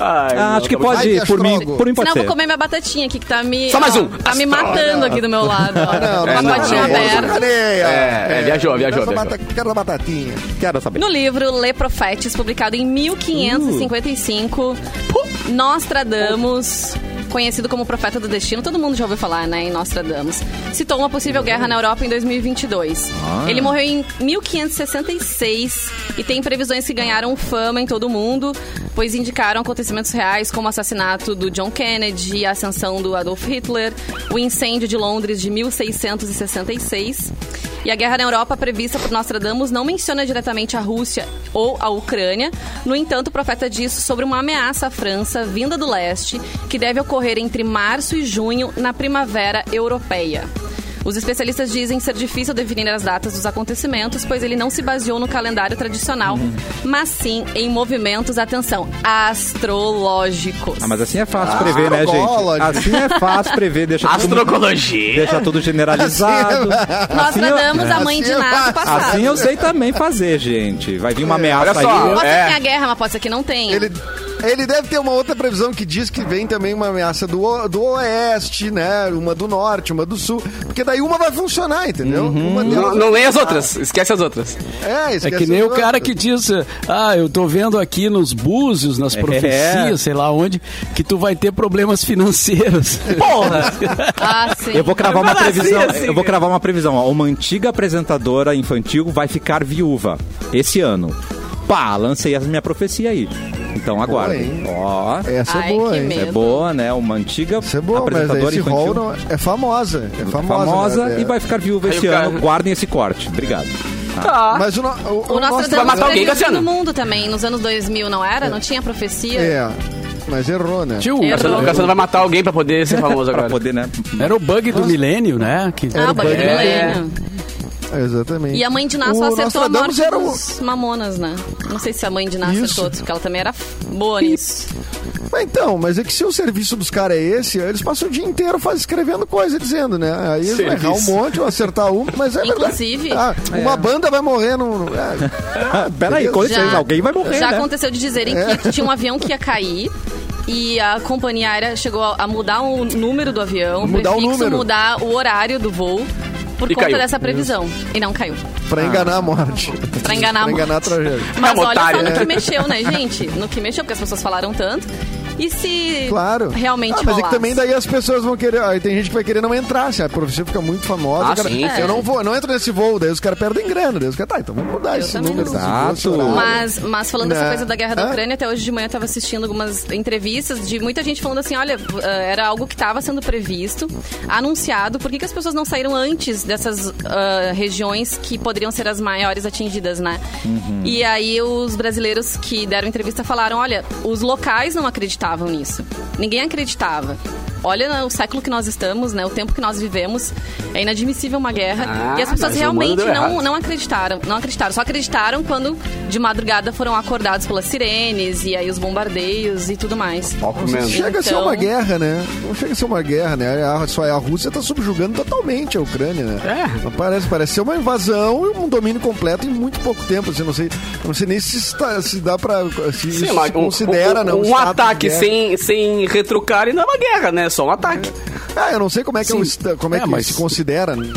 Ai,
Ah,
não,
acho que
tá bom.
pode,
Ai,
por mim,
astrólogo.
por mim pode
Senão eu
ser.
vou comer minha batatinha aqui que tá me.
Só mais um.
Tá me matando aqui do meu lado. ó.
Não, não,
Uma
não,
patinha
não, não, não, não,
aberta.
areia.
É, é, viajou, viajou,
Quero essa
viajou.
bata- Quero a batatinha.
Quero saber.
No livro Lê Profetes, publicado em 1555, Nostradamus conhecido como profeta do destino, todo mundo já ouviu falar, né, em Nostradamus, citou uma possível guerra na Europa em 2022. Ele morreu em 1566 e tem previsões que ganharam fama em todo o mundo, pois indicaram acontecimentos reais como o assassinato do John Kennedy, a ascensão do Adolf Hitler, o incêndio de Londres de 1666. E a guerra na Europa prevista por Nostradamus não menciona diretamente a Rússia ou a Ucrânia. No entanto, o profeta diz sobre uma ameaça à França vinda do leste que deve ocorrer entre março e junho na primavera europeia. Os especialistas dizem ser difícil definir as datas dos acontecimentos, pois ele não se baseou no calendário tradicional,
Uhum.
mas sim em movimentos, atenção, astrológicos.
Ah, mas assim é fácil
Ah,
prever, né, gente?
Astrologia.
Assim é fácil prever, deixa tudo,
Astrologia.
deixa tudo generalizado.
é-
Assim eu-
Nostradamus, a mãe de
Assim eu-
nada passado.
Assim eu sei também fazer, gente. Vai vir
É,
uma ameaça
Olha só.
aí.
Pode ser
É.
que tenha guerra, mas pode ser que não tenha.
Ele, ele deve ter uma outra previsão que diz que vem também uma ameaça do, o- do oeste, né? Uma do norte, uma do sul. Porque daí uma vai funcionar, entendeu? Uma
Não,
delas
Uhum. não
vai
leia as
funcionar.
outras, esquece as outras.
É,
É
esquece
que nem
as
o cara
outras.
que diz, ah, eu tô vendo aqui nos búzios,
É.
nas profecias, sei lá onde, que tu vai ter
<laughs>
problemas financeiros.
Porra! <laughs>
Ah, sim.
Eu vou cravar uma
Mas assim,
previsão.
assim,
eu vou cravar uma previsão. Ó. Uma antiga apresentadora infantil vai ficar viúva esse ano. Pá, lancei a minha profecia aí. Então aguardem.
hein?
Ó,
Essa
Ai,
é boa,
que
hein?
é
medo.
boa, né? Uma antiga
Essa é boa, mas
apresentadora
esse
infantil.
rol não- é famosa. É famosa.
famosa
né?
e vai ficar viúva
Aí
esse
o cara-
ano. Guardem esse corte. Obrigado.
Tá.
Mas o, no, o,
O
vai
Nostradamus
matar alguém,
previu o fim
Cassiano?
do mundo também, nos anos 2000, não era? Não tinha profecia?
É, mas errou, né?
Tio,
O Cassiano, o Cassiano vai matar alguém pra poder ser famoso
Pra
agora.
poder, né?
era o bug do milênio, né? Que
Ah, o Bug
É.
Milênio.
Exatamente.
E a mãe de Ná só
O
acertou a
Nostradamus
morte
era um- o-
dos mamonas, né? Não sei se a mãe de Ná
Isso.
acertou, porque ela também era f- boa nisso.
Mas então, mas é que se o serviço dos caras é esse, eles passam o dia inteiro faz, escrevendo coisa e dizendo, né? Aí eles vão errar um
Serviço. É.
monte, vão acertar um, mas é
Inclusive-
verdade. Ah, uma banda vai morrer num. num- é,
Ah, Peraí, com licença, alguém vai morrer,
já
né?
aconteceu de dizerem
É.
que tinha um avião que ia cair. E a companhia aérea chegou a a mudar o número do avião,
Mudar o
prefixo,
número.
mudar o horário do voo, por
E
conta
caiu.
dessa previsão. E não caiu.
Ah.
pra enganar a morte.
Pra enganar a
Pra enganar a tragédia.
Mas
É um
olha
otário,
só no
né?
que mexeu, né, gente? No que mexeu, porque as pessoas falaram tanto. E se
Claro.
realmente
Ah, mas é que
rolasse?
também daí as pessoas vão querer. Aí tem gente que vai querer não entrar, se a profissão fica muito famosa.
Ah,
o cara,
sim,
Eu
sim.
não vou, não entro nesse voo, daí os caras perdem grana. Daí os caras, tá, então vamos mudar
Eu
esse
também
número.
não.
esse voo, esse horário.
Mas, mas falando dessa
Né?
coisa da guerra da
Hã?
Ucrânia, até hoje de manhã eu tava assistindo algumas entrevistas de muita gente falando assim: olha, eh, era algo que estava sendo previsto, anunciado. Por que, que as pessoas não saíram antes dessas ah, regiões que poderiam ser as maiores atingidas, né? E aí os brasileiros que deram entrevista falaram: olha, os locais não acreditavam nisso. Ninguém acreditava. Olha o século que nós estamos, né? O tempo que nós vivemos. É inadmissível uma guerra.
Ah,
e as pessoas
mas o humano
realmente
deu errado.
não, não acreditaram, não acreditaram. Só acreditaram quando de madrugada foram acordados pelas sirenes e aí os bombardeios e tudo mais.
mesmo.
Chega a ser
Então-
uma guerra, né? Não chega a ser uma guerra, né? A, só a Rússia tá subjugando totalmente a Ucrânia, né?
É.
Não Parece, parece ser uma invasão e um domínio completo em muito pouco tempo. Assim, não, sei, não sei nem se, está- se dá pra. Se
Sei
isso
lá,
se
um,
considera,
um,
não.
um
estado de
ataque
guerra.
sem, sem retrucar e não é uma guerra, né? É só um ataque.
Ah, eu não sei como é que, é um
Sim.
esta- como é
É,
que
mas-
se considera, né?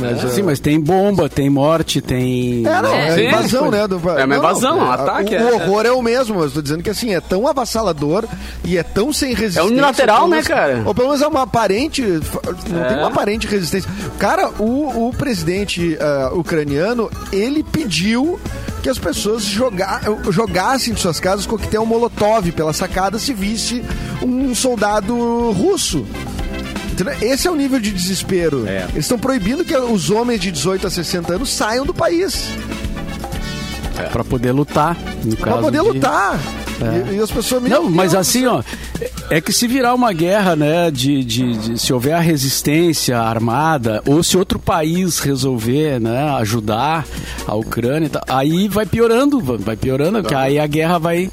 Mas,
É.
Sim,
ah,
mas tem bomba, tem morte, tem.
É, não, é,
Sim.
invasão, né? do-
É uma
não,
invasão,
não,
um ataque,
O,
é.
o horror é o mesmo, mas tô dizendo que assim, é tão avassalador e é tão sem resistência.
unilateral,
pelo
né,
menos-
cara? É.
Ou pelo menos é uma aparente. Não tem uma aparente resistência. Cara, o, o presidente ah, ucraniano, ele pediu que as pessoas joga- jogassem de suas casas coquetel molotov pela sacada se visse um soldado russo. Entendeu? Esse é o nível de desespero.
É.
Eles estão proibindo que os homens de 18 a 60 anos saiam do país.
Pra poder lutar, no caso.
né? Pra poder
de- É.
lutar. E, e as pessoas... meu
Não, mas
Deus.
assim, ó, é que se virar uma guerra, né, de, de- de- se houver a resistência armada, ou se outro país resolver, né, ajudar a Ucrânia, e tal, aí vai piorando, va- vai piorando, porque aí a guerra vai,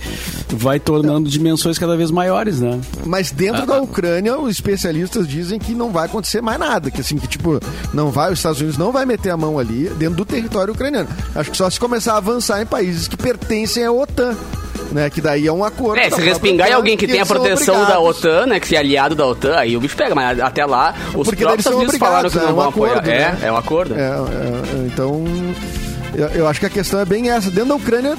vai tornando dimensões cada vez maiores, né?
Mas dentro da Ucrânia, os especialistas dizem que não vai acontecer mais nada. Que assim, que tipo, não vai, os Estados Unidos não vai meter a mão ali dentro do território ucraniano. Acho que só se começar a avançar em países que pertencem à OTAN. Né, que daí é um acordo.
É,
da
se
própria
respingar em
OTAN,
alguém que tem a
eles são
proteção da
obrigados.
OTAN, né? Que se é aliado da OTAN, aí o bicho pega, mas até lá, os
Porque daí
próprios
eles são é
Estados Unidos falaram
obrigados,
que não
é um
vão apoiar.
acordo,
é,
né?
é um acordo.
É, é, então. eu, eu acho que a questão é bem essa. Dentro da Ucrânia,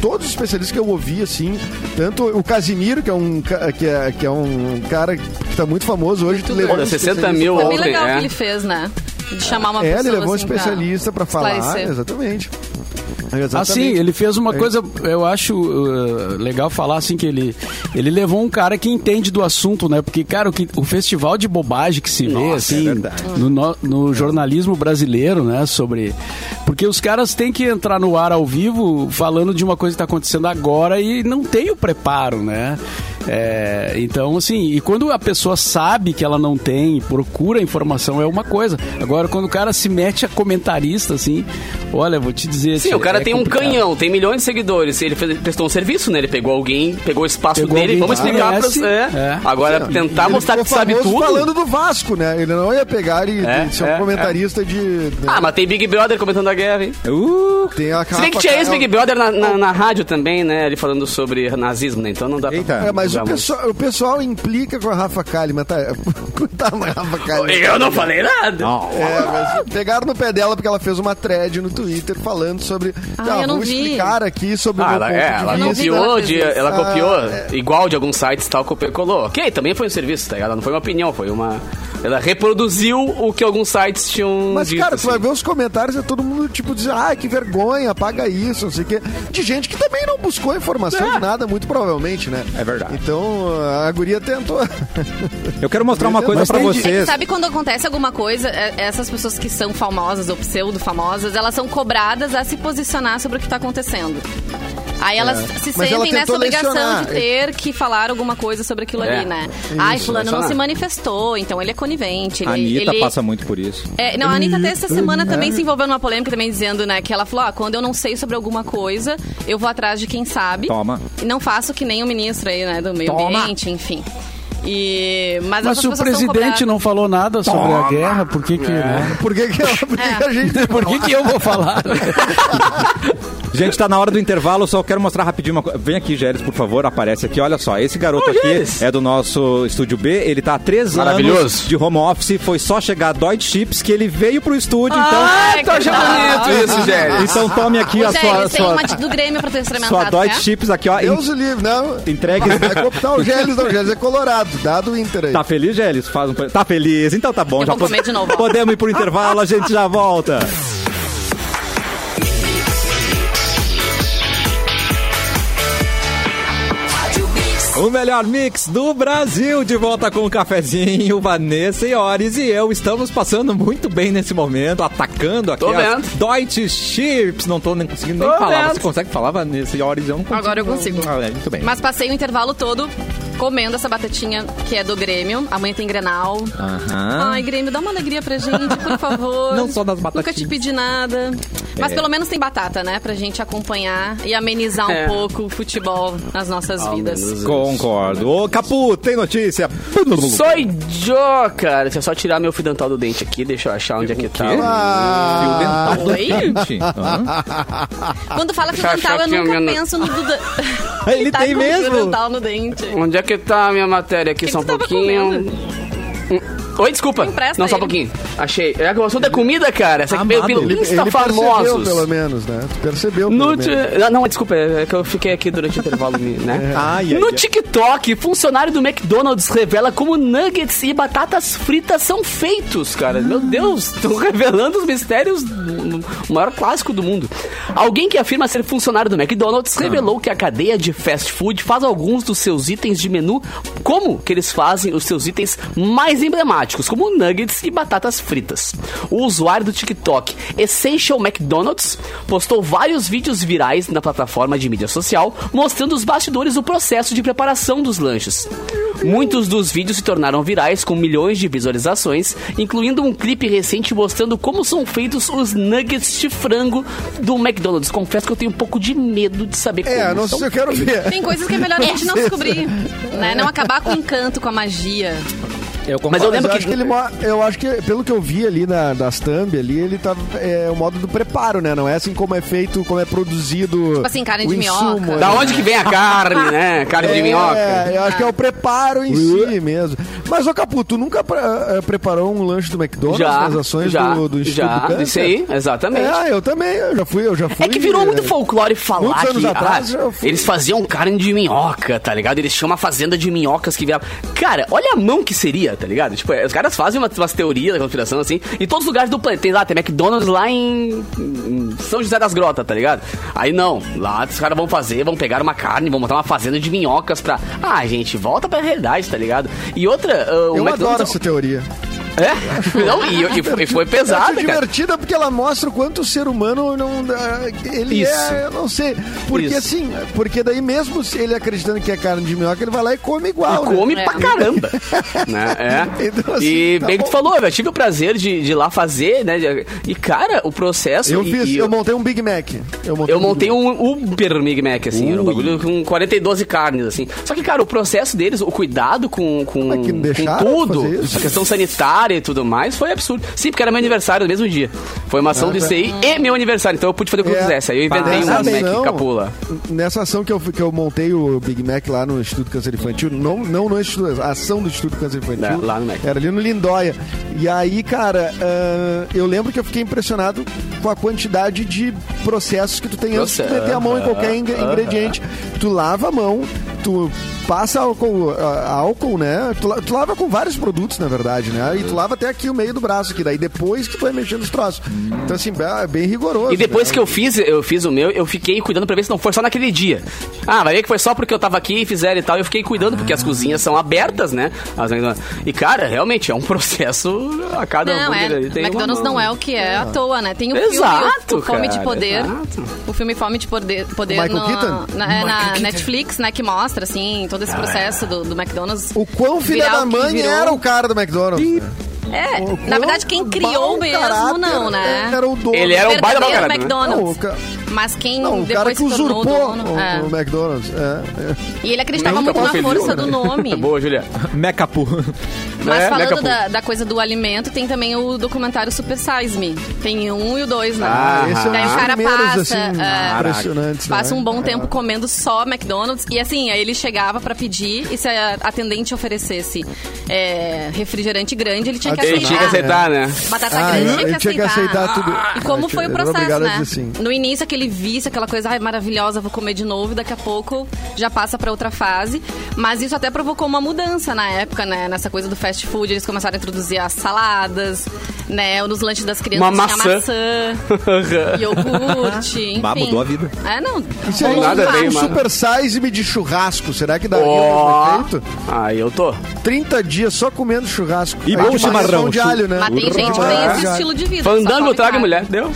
todos os especialistas que eu ouvi, assim, tanto o Casimiro, que é um, ca- que é, que é um cara que tá muito famoso hoje.
Youtuber.
levou
Olha,
um
60
especialista
mil
pra-
Foi bem
Ontem,
legal o
é.
que ele fez, né? De chamar uma
É,
pessoa.
ele levou um
assim, pra
especialista pra falar.
esclarecer.
Exatamente.
Assim, ele fez uma coisa, eu acho uh, legal falar assim que ele ele levou um cara que entende do assunto, né? Porque cara, o, que- o festival de bobagem que se vê assim no, no- no jornalismo brasileiro, né, sobre porque os caras têm que entrar no ar ao vivo falando de uma coisa que tá acontecendo agora e não tem o preparo, né? É, então, assim, e quando a pessoa sabe que ela não tem, procura informação, é uma coisa. Agora, quando o cara se mete a comentarista, assim, olha, vou te dizer.
Sim,
tia,
o cara
é
tem um
complicado.
canhão, tem milhões de seguidores. Ele fez- prestou um serviço, né? Ele pegou alguém, pegou o espaço
Pegou
dele.
alguém
Vamos
que
explicar pra
conhece,
você.
é.
Agora, tentar
Ele
mostrar
ficou
que sabe
famoso
tudo.
falando do Vasco, né? Ele não ia pegar e
É,
ser um
é,
comentarista de. né,
Ah, mas tem Big Brother comentando a guerra, hein?
Uh,
Tem a
Se bem que
capa-
tinha ex-Big Brother na, na, na rádio também, né? Ele falando sobre nazismo, né? Então não dá pra...
Eita.
É, mas o
Não dá muito.
pessoal, o pessoal implica com a Rafa Kalimann, tá? <laughs> Coitada da Rafa Kalimann.
Eu não falei nada.
<laughs>
É, mas pegaram no pé dela porque ela fez uma thread no Twitter falando sobre.
Ah,
tá,
eu não
vamos
vi.
explicar aqui sobre o
Ah,
meu
ela,
ponto
é,
de
ela
Eu não vi que ela
vista.
copiou,
fez
de,
isso.
ela
Ah,
copiou
é.
igual de alguns sites e tal, copiou, colou. Ok, também foi um serviço, tá ligado? Não foi uma opinião, foi uma. Ela reproduziu o que alguns sites tinham.
Mas,
dito,
cara, tu vai
assim.
ver os comentários, é todo mundo, tipo, dizendo, ah, que vergonha, apaga isso, não sei o quê. De gente que também não buscou informação
É.
de nada, muito provavelmente, né?
É verdade.
Então, a guria tentou. <laughs>
eu quero mostrar uma coisa
Mas
pra
tem de-
É que
vocês.
sabe quando acontece alguma coisa, é- essas pessoas que são famosas ou pseudo-famosas, elas são cobradas a se posicionar sobre o que tá acontecendo. Aí elas se
É. Mas ela
sentem nessa
tentou
obrigação
lecionar.
de ter que falar alguma coisa sobre aquilo
É.
ali, né? Ai, fulano não
lecionar.
se manifestou, então ele é conivente.
A
Ele,
Anitta
ele-
passa muito por isso.
É, não, a Anitta até essa semana também se envolveu numa polêmica também dizendo, né, que ela falou, ah, quando eu não sei sobre alguma coisa, eu vou atrás de quem sabe.
Toma.
E não faço que nem o ministro aí, né, do meio
Toma.
ambiente, enfim. E, mas
Mas
essas
se o
pessoas são
presidente
cobradas.
não falou nada sobre a guerra, por que que... né?
Por que, que, ela, por que
É.
que a gente.
<laughs> Por que que eu vou falar?
Gente, tá na hora do intervalo, só quero mostrar rapidinho uma coisa. Vem aqui, Gélis, por favor, aparece aqui. Olha só, esse garoto aqui é do nosso estúdio B, ele tá há três anos
Maravilhoso.
de home office, foi só chegar a Deutsche Chips que ele veio pro estúdio,
Ah,
Ai,
tô achando
que
bonito isso,
então.
Gélis.
Então tome aqui a
Ô, Jair,
sua,
eles têm
sua,
uma de- do Grêmio pra tá? tu experimentar,
sua
tu
Deutsche
quer?
Chips aqui, ó.
<laughs> Deus o livre, não.
Entregue.
Vai copiar o Gélis, não. O Gélis é colorado, dado o Inter aí.
Tá feliz, Gélis? Faz um... Tá feliz, então tá bom.
Eu vou comer de novo.
Podemos ir pro intervalo, a gente já volta. O melhor mix do Brasil, de volta com o cafezinho, Vanessa e Ores e eu estamos passando muito bem nesse momento, atacando aqui
Tô
as
vendo.
Deutsche Chips, não tô nem conseguindo nem
Tô
falar,
vendo.
você consegue falar Vanessa e Ores? Eu não consigo.
Agora eu consigo.
Ah, é, muito bem.
Mas passei o intervalo todo comendo essa batatinha que é do Grêmio. Amanhã tem Grenal.
Aham.
Ai, Grêmio, dá uma alegria pra gente, por
<laughs>
favor.
Não só das
Nunca te
batatinhas.
pedi nada. Mas
É.
pelo menos tem batata, né? Pra gente acompanhar e amenizar um
É.
pouco o futebol nas nossas vidas.
Concordo. Ô, Capu, tem notícia? <laughs>
Sou idiota, cara. Deixa eu só tirar meu fio dental do dente aqui, deixa eu achar onde é que tá. né?
Ah,
Fio dental. Oi?
Gente, hã?
Quando fala fio
Chá,
dental,
chá,
eu é nunca
menina.
penso no Duda.
<laughs> Ele
tá
tem
com fio
mesmo?
dental no dente.
Onde é que tá a minha matéria aqui?
Que
só um
que tu tava
pouquinho.
comendo?
Hum. Oi, desculpa.
Empresta
Não, só um
ele.
pouquinho. Achei. É que o assunto é comida, cara. Essa aqui
Amado.
veio pelo
Ah, Ele-
Insta
percebeu,
Famosos.
pelo menos, né? Tu percebeu, pelo
No
menos. É.
ti- Ah, Não, desculpa, é que eu fiquei aqui durante o intervalo, né?
Ai, ai,
no
ai.
TikTok, funcionário do McDonald's revela como nuggets e batatas fritas são feitos, cara. Meu Deus, estão <laughs> revelando os mistérios do do maior clássico do mundo. Alguém que afirma ser funcionário do McDonald's
Ah.
revelou que a cadeia de fast food faz alguns dos seus itens de menu como que eles fazem os seus itens mais emblemáticos, como nuggets e batatas fritas. O usuário do TikTok, Essential McDonald's, postou vários vídeos virais na plataforma de mídia social mostrando os bastidores do processo de preparação dos lanches. Muitos dos vídeos se tornaram virais com milhões de visualizações, incluindo um clipe recente mostrando como são feitos os nuggets de frango do McDonald's. Confesso que eu tenho um pouco de medo de saber como
É, não
são
sei se eu <laughs> quero
<laughs>
ver.
É.
um Tem coisas que é melhor a gente não descobrir, né? Não acabar com o encanto, com a magia.
Eu concordo.
Mas eu lembro
Mas eu
que-
acho que ele mo- eu acho que pelo que eu vi ali na das thumb ali, ele tá é o modo do preparo, né? Não é assim como é feito, como é produzido. Tipo
assim, carne de minhoca.
Da onde que vem a carne, né? Carne de minhoca.
É, eu acho que é o preparo em si mesmo. Mas, ô Capu, tu nunca pra- eh, preparou um lanche do McDonald's nas ações do, do Instituto
já,
do Câncer?
isso aí, exatamente.
É, eu também, eu já fui, eu já fui.
É que virou muito
eh,
folclore falar
muitos anos
que
atrás,
ah,
eu fui-
eles faziam carne de minhoca, tá ligado? Eles tinham uma fazenda de minhocas que virava. Cara, olha a mão que seria, tá ligado? Tipo, é, os caras fazem uma- umas teorias da conspiração assim, em todos os lugares do planeta. Tem lá, tem McDonald's lá em, em São José das Grotas, tá ligado? Aí não, lá os caras vão fazer, vão pegar uma carne, vão montar uma fazenda de minhocas pra. Ah, gente, volta pra realidade, tá ligado? E outra, ah, o
Eu adoro
McDonald's.
essa teoria. <laughs>
É? Não, e, e- e foi
Essa é
pesado, cara.
divertida porque ela mostra o quanto o ser humano não. ah, Ele
Isso.
é. Eu não sei. Porque
Isso.
assim, porque daí mesmo se ele acreditando que é carne de minhoca, ele vai lá e come igual. né?
Come
É.
pra
<laughs>
caramba. né? É.
Então, assim,
e
tá
bem que tu
bom.
falou, eu tive o prazer de, de ir lá fazer, né? de- E, cara, o processo.
Eu
e-
fiz,
e
eu montei um Big Mac. Eu montei,
eu montei
Big Mac.
um Uber Big Mac, assim, era um
Ui.
bagulho com 42 carnes, assim. Só que, cara, o processo deles, o cuidado com, com,
Mas é que
com
deixaram
tudo,
fazer isso?
a questão sanitária e tudo mais, foi absurdo. Sim, porque era meu aniversário no mesmo dia. Foi uma ação do ICI e meu aniversário, então eu pude fazer o que eu
Ah, tá. É.
quisesse. Aí eu inventei
Nessa
um Mac
ação-
capula.
Nessa ação que eu, fui- que eu montei o Big Mac lá no Instituto Câncer Infantil, não, não no Instituto, a ação do Instituto Câncer Infantil.
É, lá no Mac.
Era ali no Lindóia. E aí, cara, ah, eu lembro que eu fiquei impressionado com a quantidade de processos que tu tem antes de tu
Processo.
meter a mão em qualquer ing- ingrediente. Tu lava a mão, tu passa álcool, ah, álcool né? Tu, la- tu lava com vários produtos, na verdade, né? E tu lava até aqui o meio do braço, que daí depois que tu vai mexendo os troços. Então, assim, é bem rigoroso.
E depois
né?
que eu fiz, eu fiz o meu, eu fiquei cuidando pra ver se não foi só naquele dia. Ah, vai ver que foi só porque eu tava aqui e fizeram e tal. Eu fiquei cuidando, porque
Ah.
as cozinhas são abertas, né? As- E, cara, realmente, é um <laughs> processo a cada
Não,
hambúrguer
é.
ali tem uma
McDonald's
mão.
não é o que é à toa, né? Tem o
Exato,
filme o Fome de
cara,
Poder.
exato.
O filme Fome de Poder, poder
Michael
no-
Keaton?
na, é, na Netflix, né? Que mostra, assim, todo
Ah, é.
esse processo do, do McDonald's.
O quão filha
virar
da
o que
mãe
virou.
era o cara do McDonald's. né?
É, na
O quão
verdade, quem
mau
criou mesmo,
caráter é,
não, né?
Era o dono.
Ele era o baita mau
verdadeiro
caráter, né?
Não, o,
McDonald's.
ca-
Mas quem
não, o cara
depois
que
se tornou
usurpou
o dono.
o,
é.
o McDonald's. É,
E ele acreditava
Nunca
muito na
conferiu,
força
né?
do
<laughs>
nome.
Boa,
<laughs>
Julia.
<laughs> Mecapu.
É,
Mas
né,
falando
Capu?
da, da coisa do alimento, tem também o documentário Super Size Me. Tem um e o dois, né?
Ah,
é. Esse é um
Daí
dos
o cara
primeiros,
passa.
assim,
é,
impressionantes.
Passa
né?
um bom tempo comendo só McDonald's. E assim, aí ele chegava pra pedir e se a atendente oferecesse é, refrigerante grande, ele tinha que
Ele
Entendi,
tinha que
aceitar. É.
aceitar, né?
Batata
Ah,
grande
eu-
tinha,
eu
que
tinha que aceitar tudo. Ah,
E como foi o
Eu tinha- eu era
processo,
obrigado a
né?
dizer sim.
No início, aquele vício, aquela coisa, ai, maravilhosa, vou comer de novo, e daqui a pouco já passa pra outra fase. Mas isso até provocou uma mudança na época, né? Nessa coisa do fast food, eles começaram a introduzir as saladas, né? Nos lanches das crianças
Uma
tinha
maçã.
maçã, iogurte, enfim.
<laughs> Bah, mudou a vida.
É, não.
Isso aí,
rolou um
nada
vácuo.
bem,
um
mano.
super size me de churrasco. Será que daria o
Ó.
mesmo efeito?
Aí eu tô.
30 dias só comendo churrasco.
E
Aí
bom
uma ração
chimarrão.
de alho, né?
Mas tem gente que tem
Ah,
esse estilo de vida. só
Fandango,
come
traga
carne.
mulher. Deu?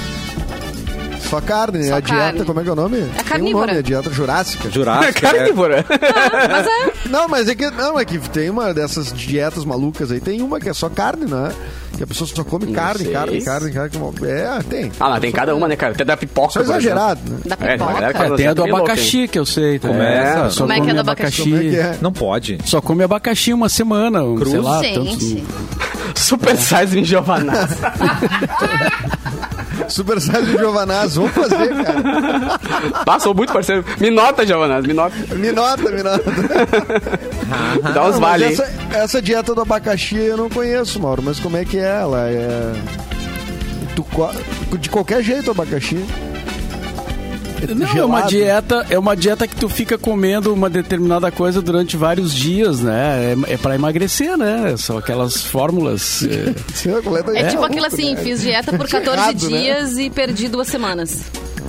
Só carne, né?
Só
a dieta,
carne.
como é que é o nome? É
carnívora.
a dieta jurássica.
<laughs>
Jurássica. é.
Carnívora.
Mas é,
Não, mas é que não, é que tem uma dessas dietas malucas aí, tem uma que é só carne, né? Que a pessoa só come carne,
sei.
carne, carne, carne, carne. É, tem.
Ah, mas tem cada uma, né, cara? Até da pipoca.
Só
por
exagerado, né?
Da
exemplo. É, tem uma galera que
pipoca.
faz
É, tem a
dieta
do
bem louca, hein?
abacaxi que eu sei também.
Começa.
só
Como é que é
come
do abacaxi?
Como é que é?
Não pode.
Só come abacaxi uma semana, um, sei lá.
Gente.
Tanto,
Super size em Giovanazzi.
<laughs> Super Size do Giovanaz, vamos fazer, cara.
Passou muito parceiro. Me nota, Giovanazzi, me nota.
Me nota, me nota.
Me Dá uns
Não, mas
vale, hein?
essa, essa dieta do abacaxi eu não conheço, Mauro, mas como é que é ela? É... Tu co- De qualquer jeito, abacaxi. É
Não, é
gelado.
uma dieta, é uma dieta que tu fica comendo uma determinada coisa durante vários dias, né? É, é para emagrecer, né? São aquelas fórmulas. é.
Sei lá, completa-
É tipo
É,
aquilo assim, fiz dieta por 14
errado, né?
dias e perdi duas semanas.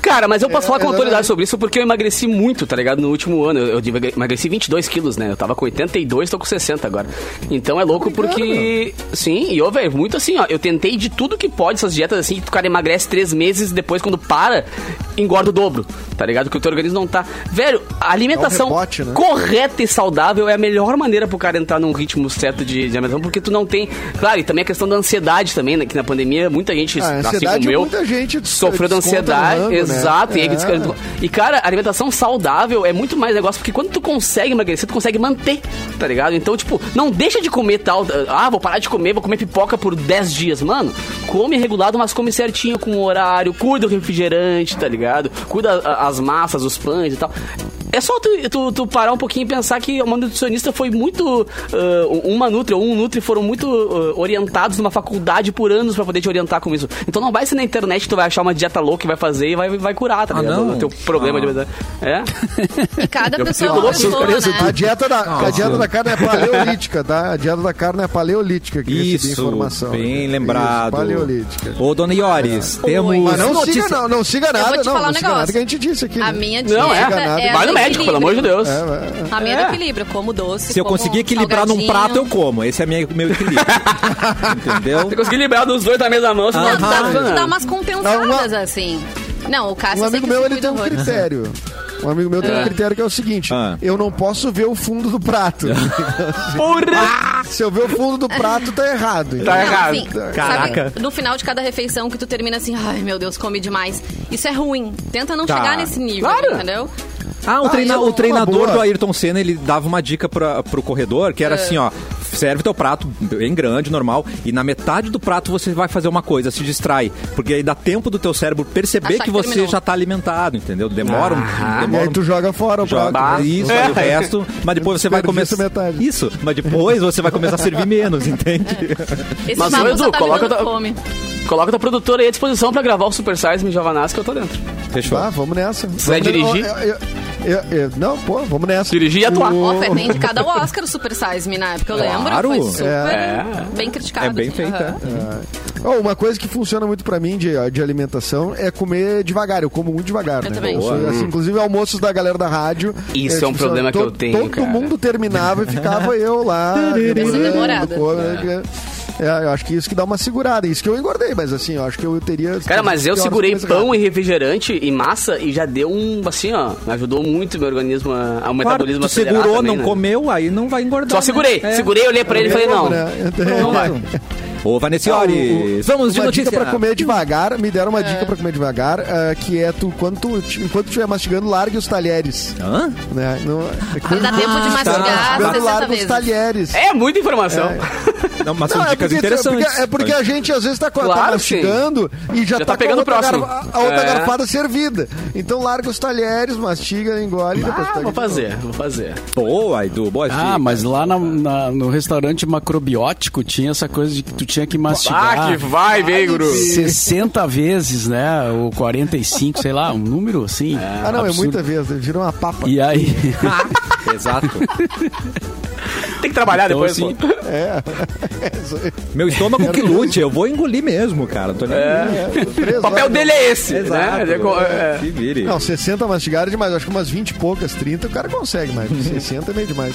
Cara, mas eu posso falar com
exatamente.
autoridade sobre isso porque eu emagreci muito, tá ligado? No último ano. Eu, eu emagreci 22 quilos, né? Eu tava com 82, tô com 60 agora. Então é louco porque. Sim, e eu, velho, muito assim, ó. Eu tentei de tudo que pode essas dietas assim, que o cara emagrece três meses depois, quando para, engorda o dobro, tá ligado? Que o teu organismo não tá. Velho, a alimentação
rebote, né?
correta e saudável é a melhor maneira pro cara entrar num ritmo certo de, de alimentação, porque tu não tem. Claro, e também a questão da ansiedade também, né? Que na pandemia muita gente,
Ah,
assim
ansiedade
como eu,
muita gente
sofreu de
desconta no
ansiedade.
rango, né?
Exato, e, aí eles querem- e cara, alimentação saudável é muito mais negócio, porque quando tu consegue emagrecer, tu consegue manter, tá ligado? Então, tipo, não deixa de comer tal. Ah, vou parar de comer, vou comer pipoca por 10 dias. Mano, come regulado, mas come certinho com o horário, cuida do refrigerante, tá ligado? Cuida a- as massas, os pães e tal. É só tu, tu- tu parar um pouquinho e pensar que uma nutricionista foi muito. ah, uma Nutri ou um Nutri foram muito ah, orientados numa faculdade por anos pra poder te orientar com isso. Então não vai ser na internet que tu vai achar uma dieta louca e vai fazer e vai, vai curar, tá
Ah,
ligado?
não?
O teu problema de verdade. É?
E cada pessoa é
fico
uma
louco,
pessoa,
surpreso,
né?
A dieta, da, a dieta da carne é paleolítica, tá? A dieta da carne é paleolítica. Que eu recebi
Isso,
informação. né?
bem lembrado.
Isso, paleolítica.
Ô, dona Iores, temos
Mas não
notícia-
siga, não, não siga nada.
vou te
não,
falar um
não siga
negócio.
nada que a gente disse aqui.
A
né?
minha
Não,
dieta
é.
é. a
vai no
do
médico, pelo amor de
equilíbrio.
Deus.
A minha é
É.
do equilíbrio, como doce.
Se eu
como
conseguir equilibrar num
salgadinho.
prato, eu como. Esse é minha- meu
<laughs>
equilíbrio. Entendeu?
Você conseguir liberar dos dois da mesma mão, senão
Aham.
Não,
tu
tu
tá
dá, tu dá
funcionando.
umas compensadas,
É Uma-
assim. Não, o Cássio
Um
sempre
amigo
se
meu, ele
cuida
tem um
horrores.
critério. Um amigo meu tem um critério que é o seguinte:
Ah.
eu não posso ver o fundo do prato.
Porra!
Se eu ver o fundo do prato, tá errado.
Tá
entendeu?
errado.
Assim, sabe,
Caraca.
no final de cada refeição que tu termina assim, ai meu Deus, come demais. Isso é ruim. Tenta não
Tá.
chegar nesse nível,
Claro.
entendeu?
Ah, o,
Ah,
treina-
isso é
o
uma
treinador
boa. É.
do Ayrton Senna, ele dava uma dica pra, pro corredor, que era assim, ó. Serve teu prato bem grande, normal, e na metade do prato você vai fazer uma coisa, se distrai. Porque aí dá tempo do teu cérebro perceber
Achar
que
que
você
terminou.
já tá alimentado, entendeu? Demora, um,
Ah, E
demora
aí
um
tu joga fora o
joga
prato. né?
isso, aí o resto, mas depois você vai
Desperdiça
começar
metade.
Isso, mas depois você vai começar a servir menos,
<laughs>
entende?
Esse
Mas,
papo
ô, Edu,
só tá me
coloca
dando
tua-
fome.
Coloca tua produtora aí à disposição pra gravar o Super Size Me Jovanasco, eu tô dentro.
Fechou.
Tá, vamos nessa. Você
vai dirigir?
não, pô, vamos nessa.
Dirigir e atuar.
Ó, foi até indicado ao Oscar o Super Size Me na época, eu lembro.
Claro.
Foi super
É.
bem criticado.
É bem
assim,
feita.
aham.
Ó, uma coisa que funciona muito pra mim de, de alimentação é comer devagar. Eu como muito devagar,
Eu
né?
também.
Eu sou, assim, inclusive almoços da galera da rádio.
Isso
eh,
é um problema que
to-
eu tenho,
Todo
cara.
mundo terminava e
<laughs>
ficava eu lá.
Pessoa demorada.
pô, né? É, eu acho que isso que dá uma segurada. Isso que eu engordei, mas assim, eu acho que eu teria.
Cara, mas eu
piores
segurei
coisas
pão e refrigerante e massa e já deu um, assim, ó, me ajudou muito meu organismo, a, ao
Claro,
metabolismo
tu
acelerar
segurou,
também,
não
né?
comeu, aí não vai engordar.
Só
né?
segurei,
É.
segurei, olhei pra ele e falei, não.
né? não.
vai.
<laughs>
Então,
Ô, Vanessiores, vamos de
Ah, uma
notícia.
dica pra comer devagar. Me
É.
deram uma dica pra comer devagar, ah, que é tu, quando tu, enquanto tu estiver mastigando, largue os talheres.
Hã?
Né? Não, é que
Aí dá tempo
Ah, tá.
de mastigar
Quando
60
larga os
vezes.
talheres.
É muita informação.
Não, mas são
Não, é
dicas
porque,
interessantes.
porque- é porque a gente às vezes tá, com- tá
Claro,
mastigando e já,
Já
tá,
tá
com
pegando
a
o
outra,
próximo.
garfa- a outra
É.
garfada servida. Então larga os talheres, mastiga, engole e depois
Ah,
pega
vou
de novo.
fazer, vou fazer.
Boa, Edu, boa
Ah, mas lá na- na- no restaurante macrobiótico tinha essa coisa de que tu tinha que
Ah,
mastigar.
que vai, Veigro.
60 vezes, né? Ou 45, sei lá, um número assim.
Ah, não, é
absurdo.
muita vez, virou uma papa.
<laughs>
E aí, <laughs>
Exato.
Tem que trabalhar
Então,
depois,
assim,
pô.
<laughs>
Meu estômago que lute, eu vou engolir mesmo, cara. Não tô nem
É,
aí.
Três
O papel
horas.
dele é esse, né? Ele é co- é.
Se vire.
Não, 60 mastigaram é demais, acho que umas 20 e poucas, 30 o cara
<laughs>
consegue, mas 60 é meio demais.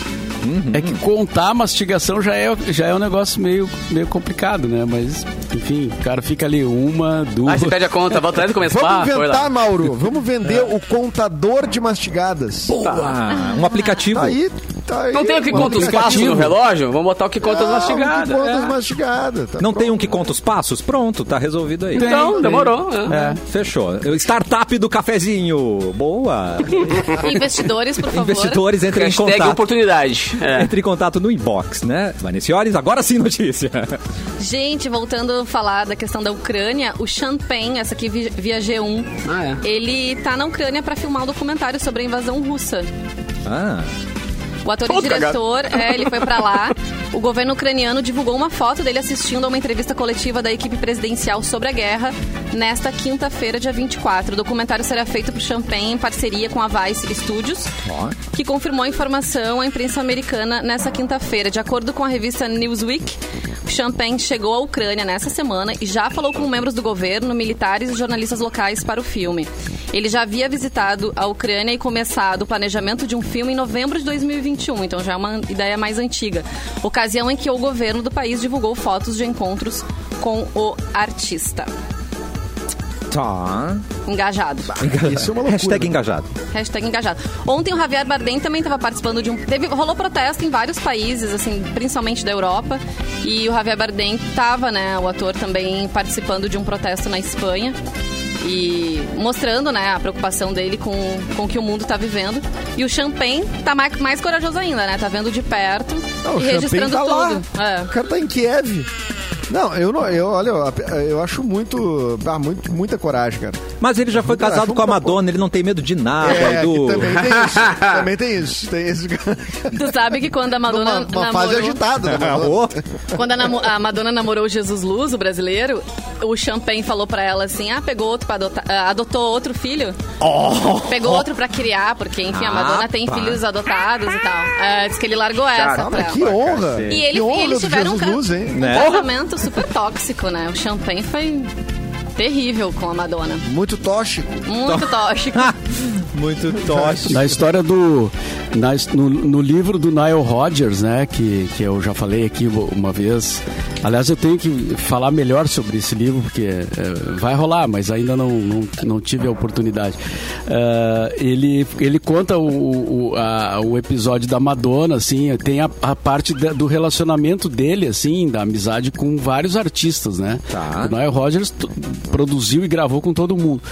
é que contar a mastigação já é, já é um negócio meio, meio complicado, né? Mas, enfim, o cara fica ali uma, duas.
Aí Ah, você pede a conta, volta lá e começa.
Vamos
pá, foi lá. É. <laughs>
inventar, Mauro, vamos vender o contador de mastigadas.
Ah, um aplicativo.
Tá aí, tá aí.
Não tem o que
mano,
conta os
aplicativo.
passos no relógio? Vamos botar o que conta as
Ah, o que
mastigadas.
conta as
é.
mastigadas, tá
Não tem
pronto.
um que conta os passos? Pronto, tá resolvido aí.
Então,
Tem, tem.
demorou. é.
É, fechou. Startup do cafezinho. Boa.
<laughs> Investidores, por favor.
Investidores entrem em
Hashtag
contato.
oportunidade.
<laughs>
É.
Entre em contato no inbox, né? Vanessiores, agora sim notícia.
Gente, voltando a falar da questão da Ucrânia, o Champagne, essa aqui vi- via G1,
Ah,
ele tá na Ucrânia pra filmar um documentário sobre a invasão russa.
Ah,
O ator
Todo
e diretor, é, ele foi pra lá. O governo ucraniano divulgou uma foto dele assistindo a uma entrevista coletiva da equipe presidencial sobre a guerra nesta quinta-feira, dia 24. O documentário será feito por Champagne em parceria com a Vice Studios, que confirmou a informação à imprensa americana nesta quinta-feira. De acordo com a revista Newsweek, Champagne chegou à Ucrânia nessa semana e já falou com membros do governo, militares e jornalistas locais para o filme. Ele já havia visitado a Ucrânia e começado o planejamento de um filme em novembro de 2021, então já é uma ideia mais antiga. Ocasião em que o governo do país divulgou fotos de encontros com o artista.
tá.
Engajado.
Isso é uma loucura.
Hashtag engajado.
Hashtag engajado. Ontem o Javier Bardem também estava participando de um. Teve, rolou protesto em vários países, assim, principalmente da Europa. E o Javier Bardem estava, né, o ator também, participando de um protesto na Espanha. E mostrando, né, a preocupação dele com, com o que o mundo tá vivendo. E o Champagne tá mais, mais corajoso ainda, né? Tá vendo de perto
Não,
e
o
registrando
Champagne tá
tudo.
lá.
É.
O cara tá em Kiev. Não, eu não, eu, olha, eu- eu acho muito, ah, muito, muita coragem, cara.
Mas ele já foi
Cara,
casado com a
vamos dar
Madonna, ele não tem medo de nada.
É,
Ah, do...
que também tem isso, também tem isso, tem esse
Tu sabe que
<laughs>
quando a
uma,
Madonna
uma fase
namorou...
agitada, né?
Alô?
Quando a, namo- a Madonna namorou o Jesus Luz, o brasileiro, o Champagne falou pra ela assim: ah, pegou outro pra adotar. ah, adotou outro filho.
Oh!
Pegou outro pra criar, porque, enfim, a Madonna
Ah,
tem
Rapaz.
filhos adotados e tal. É, diz que ele largou essa
Caramba,
pra
Cara,
ela.
que honra!
cacete.
E
que
ele,
honra
e eles
do
tiveram um,
Jesus
ca-
Luz, hein?
um
Né?
casamento super tóxico, né? O Champagne foi terrível com a Madonna.
Muito tóxico.
Muito tóxico.
Ah,
Muito tóxico.
Na história do. na his- no, no livro do Nile Rodgers, né? Que, que eu já falei aqui u- uma vez. Aliás, eu tenho que falar melhor sobre esse livro, porque eh, vai rolar, mas ainda não, não, não tive a oportunidade. Ah, ele, ele conta o, o, o- a- o episódio da Madonna, assim, tem a, a parte da- do relacionamento dele, assim, da amizade com vários artistas, né?
Tá.
O Nile Rodgers t- produziu e gravou com todo mundo.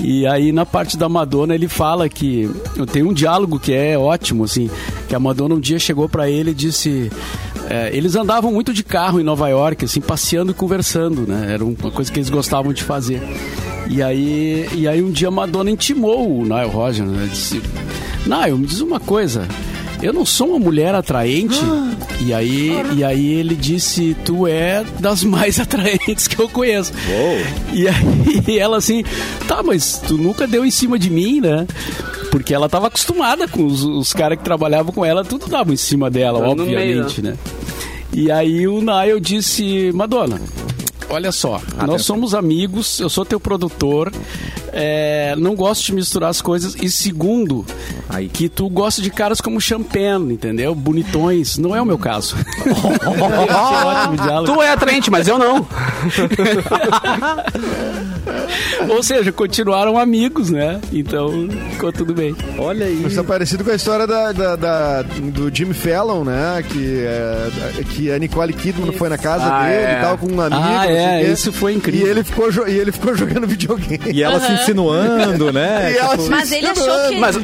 E aí na parte da Madonna ele fala que tem um diálogo que é ótimo assim, que a Madonna um dia chegou pra ele e disse é, eles andavam muito de carro em Nova York, assim, passeando e conversando, né? Era uma coisa que eles gostavam de fazer. E aí, e aí um dia a Madonna intimou o Nile Rodgers, né? Disse, Nile, me diz uma coisa. Eu não sou uma mulher atraente. E aí, e aí ele disse: Tu é das mais <laughs> atraentes que eu conheço. E aí <laughs> e ela assim: Tá, mas tu nunca deu em cima de mim, né? Porque ela tava acostumada com os, os caras que trabalhavam com ela, tudo dava em cima dela,
Tá no
obviamente, né? E aí o Niall disse: Madonna. Olha só, nós somos amigos, eu sou teu produtor, é, não gosto de misturar as coisas. E segundo,
Aí.
que tu gosta de caras como Champagne, entendeu? Bonitões. Não é o meu caso. <laughs> ótimo diálogo.
Tu é atraente, mas eu não.
Ou seja, continuaram amigos, né? Então ficou tudo bem.
Olha aí.
Isso é parecido com a história da, da- da- do Jimmy Fallon, né? Que, é, que a Nicole Kidman foi na casa
Ah,
dele
é.
e tal, com um amigo.
Ah,
não sei
é,
o quê.
isso foi incrível.
E ele ficou, jo- e ele ficou <laughs> jogando videogame.
E ela se insinuando, né?
<laughs>
E ela
Tipo,
se
Mas ele
insinuando.
achou que.
Mas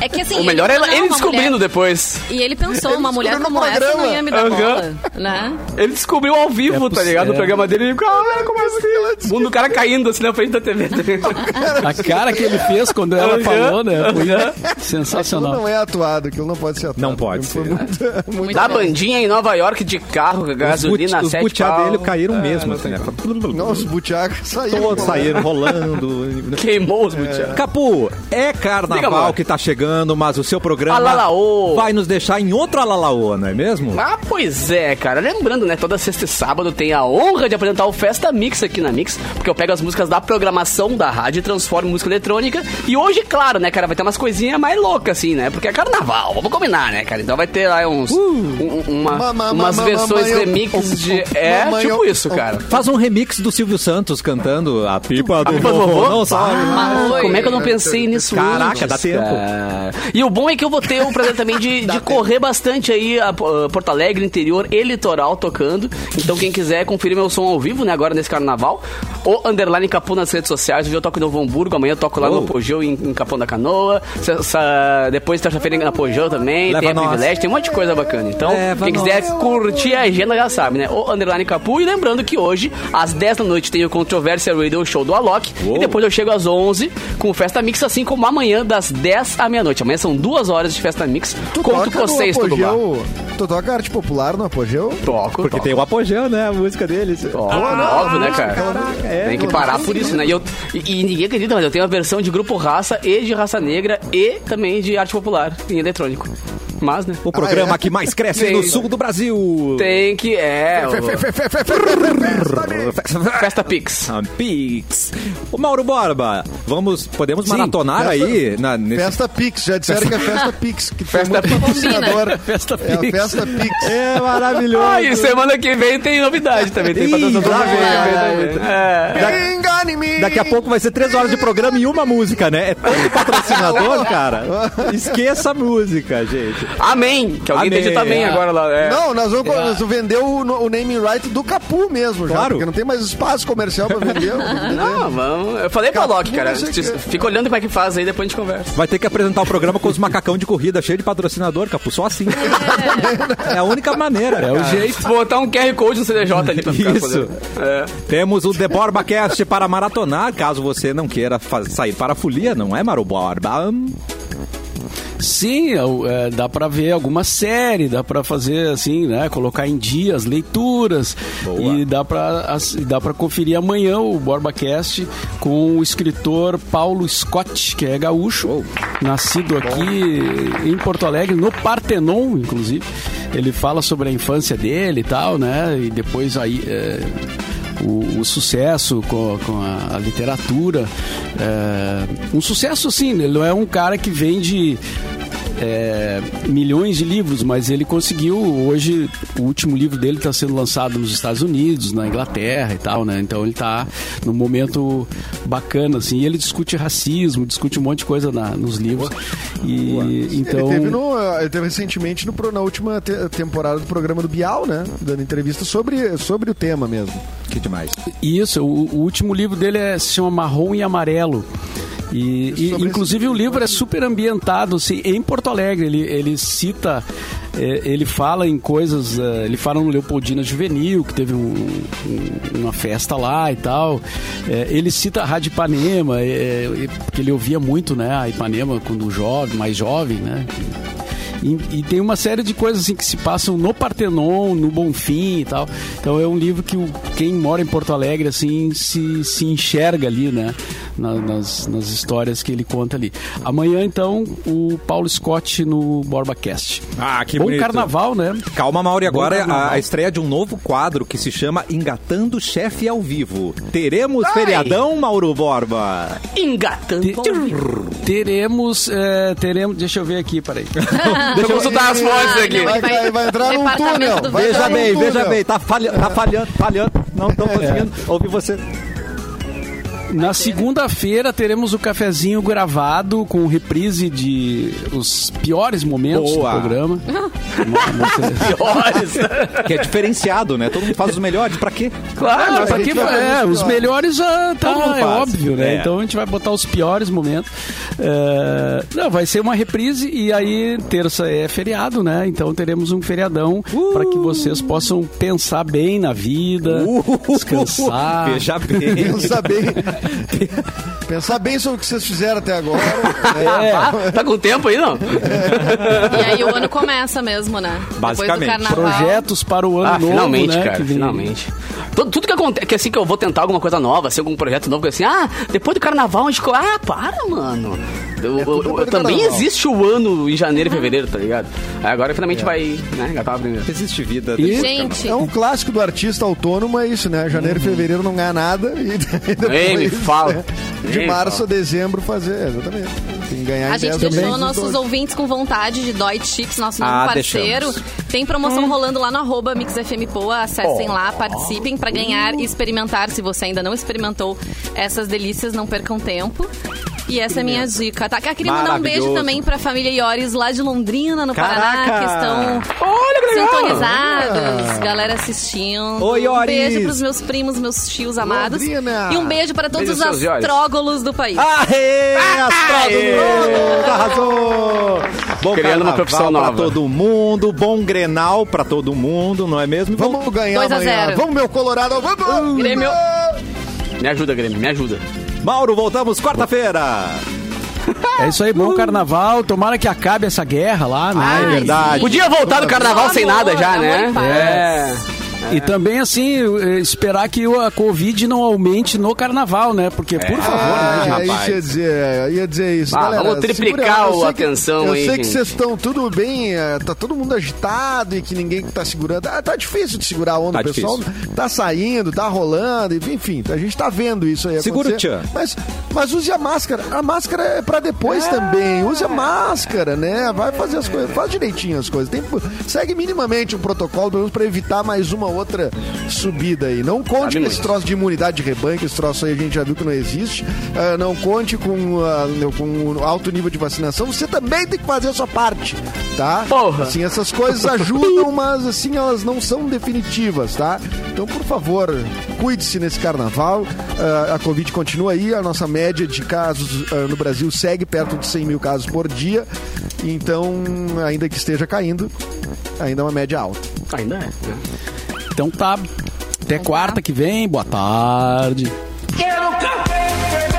É que assim.
o melhor é
ele,
ela-
não,
ele
uma
descobrindo
mulher-
depois.
E ele pensou, uma mulher
descobriu no
como essa não
programa.
ia me dar
Aham.
bola, né?
Ele descobriu ao vivo,
É
tá ligado?
possível.
O programa dele. Ele ficou, ah, como
é
assim? O mundo do cara caindo assim na frente da TV.
<laughs>
A cara que ele fez quando ela
Aham.
falou, né?
Aham.
Foi
Aquilo
sensacional.
não é atuado, aquilo não pode ser atuado.
Não pode
Foi
ser.
muito- muito-
Tá
Da bandinha em Nova York de carro, com
os
gasolina,
gut- os
sete
gutiá
pau. Ah, tá
dele caíram mesmo,
não
assim,
tem
né?
Nossa, os butiacos saíram.
Todos saíram
<laughs>
rolando.
Queimou os butiá.
Capu, é
Diga,
carnaval
amor.
que tá chegando, mas o seu programa
Alalaô.
vai nos deixar em outro alalaô, não é mesmo?
Ah, pois é, cara. Lembrando, né? Toda sexta e sábado tem a honra de apresentar o Festa Mix aqui na Mix, porque eu pego as músicas da programação da rádio e transformo em música eletrônica. E hoje, claro, né, cara, vai ter umas coisinhas mais loucas, assim, né? Porque é carnaval, vamos combinar, né, cara? Então vai ter lá uns. um- um- uma-
Mamãe,
umas
mamãe,
versões
eu-
remix de. É,
mamãe,
tipo
eu-
isso, cara.
Faz um remix do Silvio Santos cantando a pipa do,
pipa do
vovô,
Ah, vovô?
não sabe? né?
Ah,
Oi.
como é que eu não pensei nisso
Caraca,
antes,
dá tempo.
cara? E o bom é que eu vou ter o prazer também de,
<laughs>
de correr bastante aí a P- a Porto Alegre, interior e litoral tocando. Então quem quiser conferir meu som ao vivo, né, agora nesse carnaval, o Underline Capão nas redes sociais, hoje eu toco em Novo Hamburgo, amanhã eu toco lá
Oh.
no Pogeu em, em Capão da Canoa, Se- sa- depois terça-feira na Pogeu também,
Leva
tem a
nós.
Privilégio, tem um monte de coisa bacana. Então,
Leva
quem quiser
nós.
curtir a agenda já sabe, né? O Underline Capu. E lembrando que hoje, às 10 da noite, tem o Controvérsia Radio Show do Alok.
Uou.
E depois eu chego às 11 com o Festa Mix, assim como amanhã, das 10 à meia-noite. Amanhã são duas horas de Festa Mix. Conto com
Toca no
vocês, tudo bom?
apogeu. Tu toca arte popular no apogeu?
Toco,
Porque
toco.
tem o apogeu, né? A música deles.
Ó, óbvio, né, cara?
Caraca, é,
Tem que parar por isso, né? E, eu- e- e ninguém acredita, mas eu tenho a versão de grupo raça e de raça negra e também de arte popular em eletrônico. Mas, né?
O programa
Ah, é?
que mais cresce
Sim.
no sul do Brasil.
Tem que. É. o- Festa Pix.
Pix. Ô Mauro Borba, vamos, podemos
Sim,
maratonar
festa-
aí na, nesse
Festa Pix, já disseram que é Festa Pix. Que
Festa
tem muito
Pix.
patrocinador.
Festa
É a
Pix.
Festa Pix.
É maravilhoso.
Ah, e semana que vem tem novidade também. Tem
Ih,
patrocinador
lá
novo,
vem,
né?
lá vem.
É.
Pinga Unânime!
Daqui a pouco vai ser três horas de programa e uma música, né? É tanto <laughs> patrocinador, cara. Esqueça a música, gente.
Amém! Que alguém
Amém.
digita amém
É.
agora lá. É.
Não, nós vamos, nós vamos vender o, no- o naming right do Capu mesmo, já,
Claro.
porque não tem mais espaço comercial pra vender.
Não, vamos. Eu falei pra
Capu,
Loki, cara.
não sei o quê.
Fica olhando como é que faz aí, depois a gente conversa.
Vai ter que apresentar o programa com os macacão de corrida, cheio de patrocinador, Capu. Só assim. É a única maneira.
É o
cara.
jeito.
Vou botar um QR Code no CDJ ali pra ficar
Isso.
podendo. É.
Temos o The Borba Cast para maratonar, caso você não queira fa- sair para a folia, não é, Maru Borba? Hum.
Sim, eu, é, dá pra ver alguma série, dá pra fazer assim, né? Colocar em dias, leituras.
Boa.
E dá pra ass- e dá para conferir amanhã o BorbaCast com o escritor Paulo Scott, que é gaúcho, nascido aqui em Porto Alegre, no Partenon, inclusive. Ele fala sobre a infância dele e tal, né? E depois aí. é, o, o sucesso com, com a, a literatura. É, um sucesso, sim, ele não é um cara que vende é, milhões de livros, mas ele conseguiu. Hoje, o último livro dele está sendo lançado nos Estados Unidos, na Inglaterra e tal, né? Então ele está num momento bacana, assim. E ele discute racismo, discute um monte de coisa na- nos livros. E, então.
Ele, teve no, eh, ele teve recentemente no, pro- na última te- temporada do programa do Bial, né? Dando entrevista sobre, sobre o tema mesmo.
Que demais.
Isso, o, o último livro dele é, se chama Marrom e Amarelo. E, e,
Sobre
inclusive o livro é super ambientado assim, em Porto Alegre. Ele, ele cita, é, ele fala em coisas. é, Ele fala no Leopoldina Juvenil, que teve um- um- uma festa lá e tal. É, ele cita a Rádio Ipanema, é, é, porque ele ouvia muito né, a Ipanema quando jovem, mais jovem, né? E, e tem uma série de coisas assim que se passam no Partenon, no Bonfim e tal. Então é um livro que o- quem mora em Porto Alegre assim se, se enxerga ali, né? Na- nas, nas histórias que ele conta ali. Amanhã, então, o Paulo Scott no BorbaCast.
Ah, que
Bom
bonito.
carnaval, né?
Calma, Mauri, agora
carnaval.
a, a estreia de um novo quadro que se chama Engatando Chefe ao Vivo. Teremos feriadão, Mauro Borba?
Engatando. ao vivo.
Teremos, é, teremos. Deixa eu ver aqui, peraí.
Deixa eu consultar as fontes
Ah,
aqui.
não,
Vai,
Vai-
vai- vai entrar num
Departamento
túnel.
do
vai
Veja
entrar num
bem,
túnel.
veja bem, tá, falha, tá falhando, falhando, não estão conseguindo ouvir você.
Na segunda-feira teremos o cafezinho gravado com reprise de os piores momentos
Boa.
do programa.
Piores.
Que é diferenciado, né? Todo mundo faz os melhores, pra quê?
Claro,
mas
pra
a gente
que-
vai fazer
é,
os
os
piores.
melhores já tá,
Todo mundo
é
faz.
óbvio, né?
É.
Então a gente vai botar os piores momentos. É, não, vai ser uma reprise e aí terça é feriado, né? Então teremos um feriadão pra que vocês possam pensar bem na vida,
Uh!
descansar.
Veja bem.
Pensar bem. Pensar bem sobre o que vocês fizeram até agora.
é,
né?
Ah, tá com tempo aí, não?
E aí o ano começa mesmo, né?
Basicamente.
Depois do carnaval.
Projetos para o ano
Ah,
novo,
finalmente,
né?
cara.
que vem.
Finalmente. Tudo, tudo que acontece, que assim que eu vou tentar alguma coisa nova, assim, algum projeto novo, que assim, ah, depois do carnaval a gente. co- Ah, para, mano. Eu- eu- eu-
depois do
também
carnaval.
existe o ano em janeiro e fevereiro, tá ligado? Aí agora finalmente vai, né, engatar a primeira.
Existe vida.
Gente,
É um clássico do artista autônomo, é isso, né? Janeiro
Uhum.
e fevereiro não ganha nada. E, <laughs> e depois, né?
Ei, me fala.
De
Ei,
março
fala.
a dezembro fazer, exatamente. Tem que ganhar
a
em
gente
dez
deixou
meses,
nossos
doze.
ouvintes com vontade de Dói Chips, nosso novo
Ah,
parceiro. Tem promoção rolando lá no arroba MixFMPoa. Acessem lá, participem para ganhar e experimentar. Se você ainda não experimentou essas delícias, não percam tempo. E essa é a minha dica. Tá? Ah, Queria mandar um beijo
Maravilhoso.
também pra família Iores lá de Londrina, no Paraná,
Caraca!
que estão
Olha que legal!
sintonizados, galera assistindo.
Oi,
um
Iores!
beijo pros meus primos, meus tios amados.
Londrina!
E um beijo para todos
Beijo, seus
os
Iores.
astrógolos do país.
Aê! Astródomo! Arrasou! Bom
Criando uma
carnaval
profissão
pra
nova.
todo mundo, bom Grenal pra todo mundo, não é mesmo?
Vamos ganhar
2 a
amanhã.
0.
Vamos, meu Colorado. Vamos!
Grêmio. Me ajuda, Grêmio, me ajuda.
Mauro, voltamos quarta-feira!
É isso aí, bom carnaval. Tomara que acabe essa guerra lá, né?
é verdade.
Podia voltar do carnaval sem nada já,
Amor,
né?
amor e paz.
E também, assim, eh, esperar que a Covid não aumente no carnaval, né? Porque, por favor, né,
Ah,
gente?
é isso
rapaz?
ia dizer, ia dizer isso.
Ah,
Galera,
vamos triplicar
segura- eu
o
sei que-
atenção
Eu
aí,
sei que
gente.
vocês estão tudo bem, eh, tá todo mundo agitado e que ninguém tá segurando. Ah, tá difícil de segurar a onda,
Tá
o pessoal. Tá saindo, tá rolando, e- enfim, a gente tá vendo isso aí
Segura o
acontecer.
tchan.
Mas, mas use a máscara. A máscara é pra depois também. Use a máscara, né? Vai fazer as coisas, faz direitinho as coisas. Tem- segue minimamente o protocolo, pelo menos pra evitar mais uma outra subida aí. Não conte
Sabe
com esse
muito.
troço de imunidade de rebanho, que esse troço aí a gente já viu que não existe. Ah, não conte com, ah, com um alto nível de vacinação. Você também tem que fazer a sua parte, tá?
Porra.
Assim, essas coisas ajudam, mas assim, elas não são definitivas, tá? Então, por favor, cuide-se nesse carnaval. Ah, a Covid continua aí, a nossa média de casos ah, no Brasil segue perto de 100 mil casos por dia. Então, ainda que esteja caindo, ainda é uma média alta.
Ainda é.
Então tá. Até quarta que vem. Boa tarde.
Quero café, quero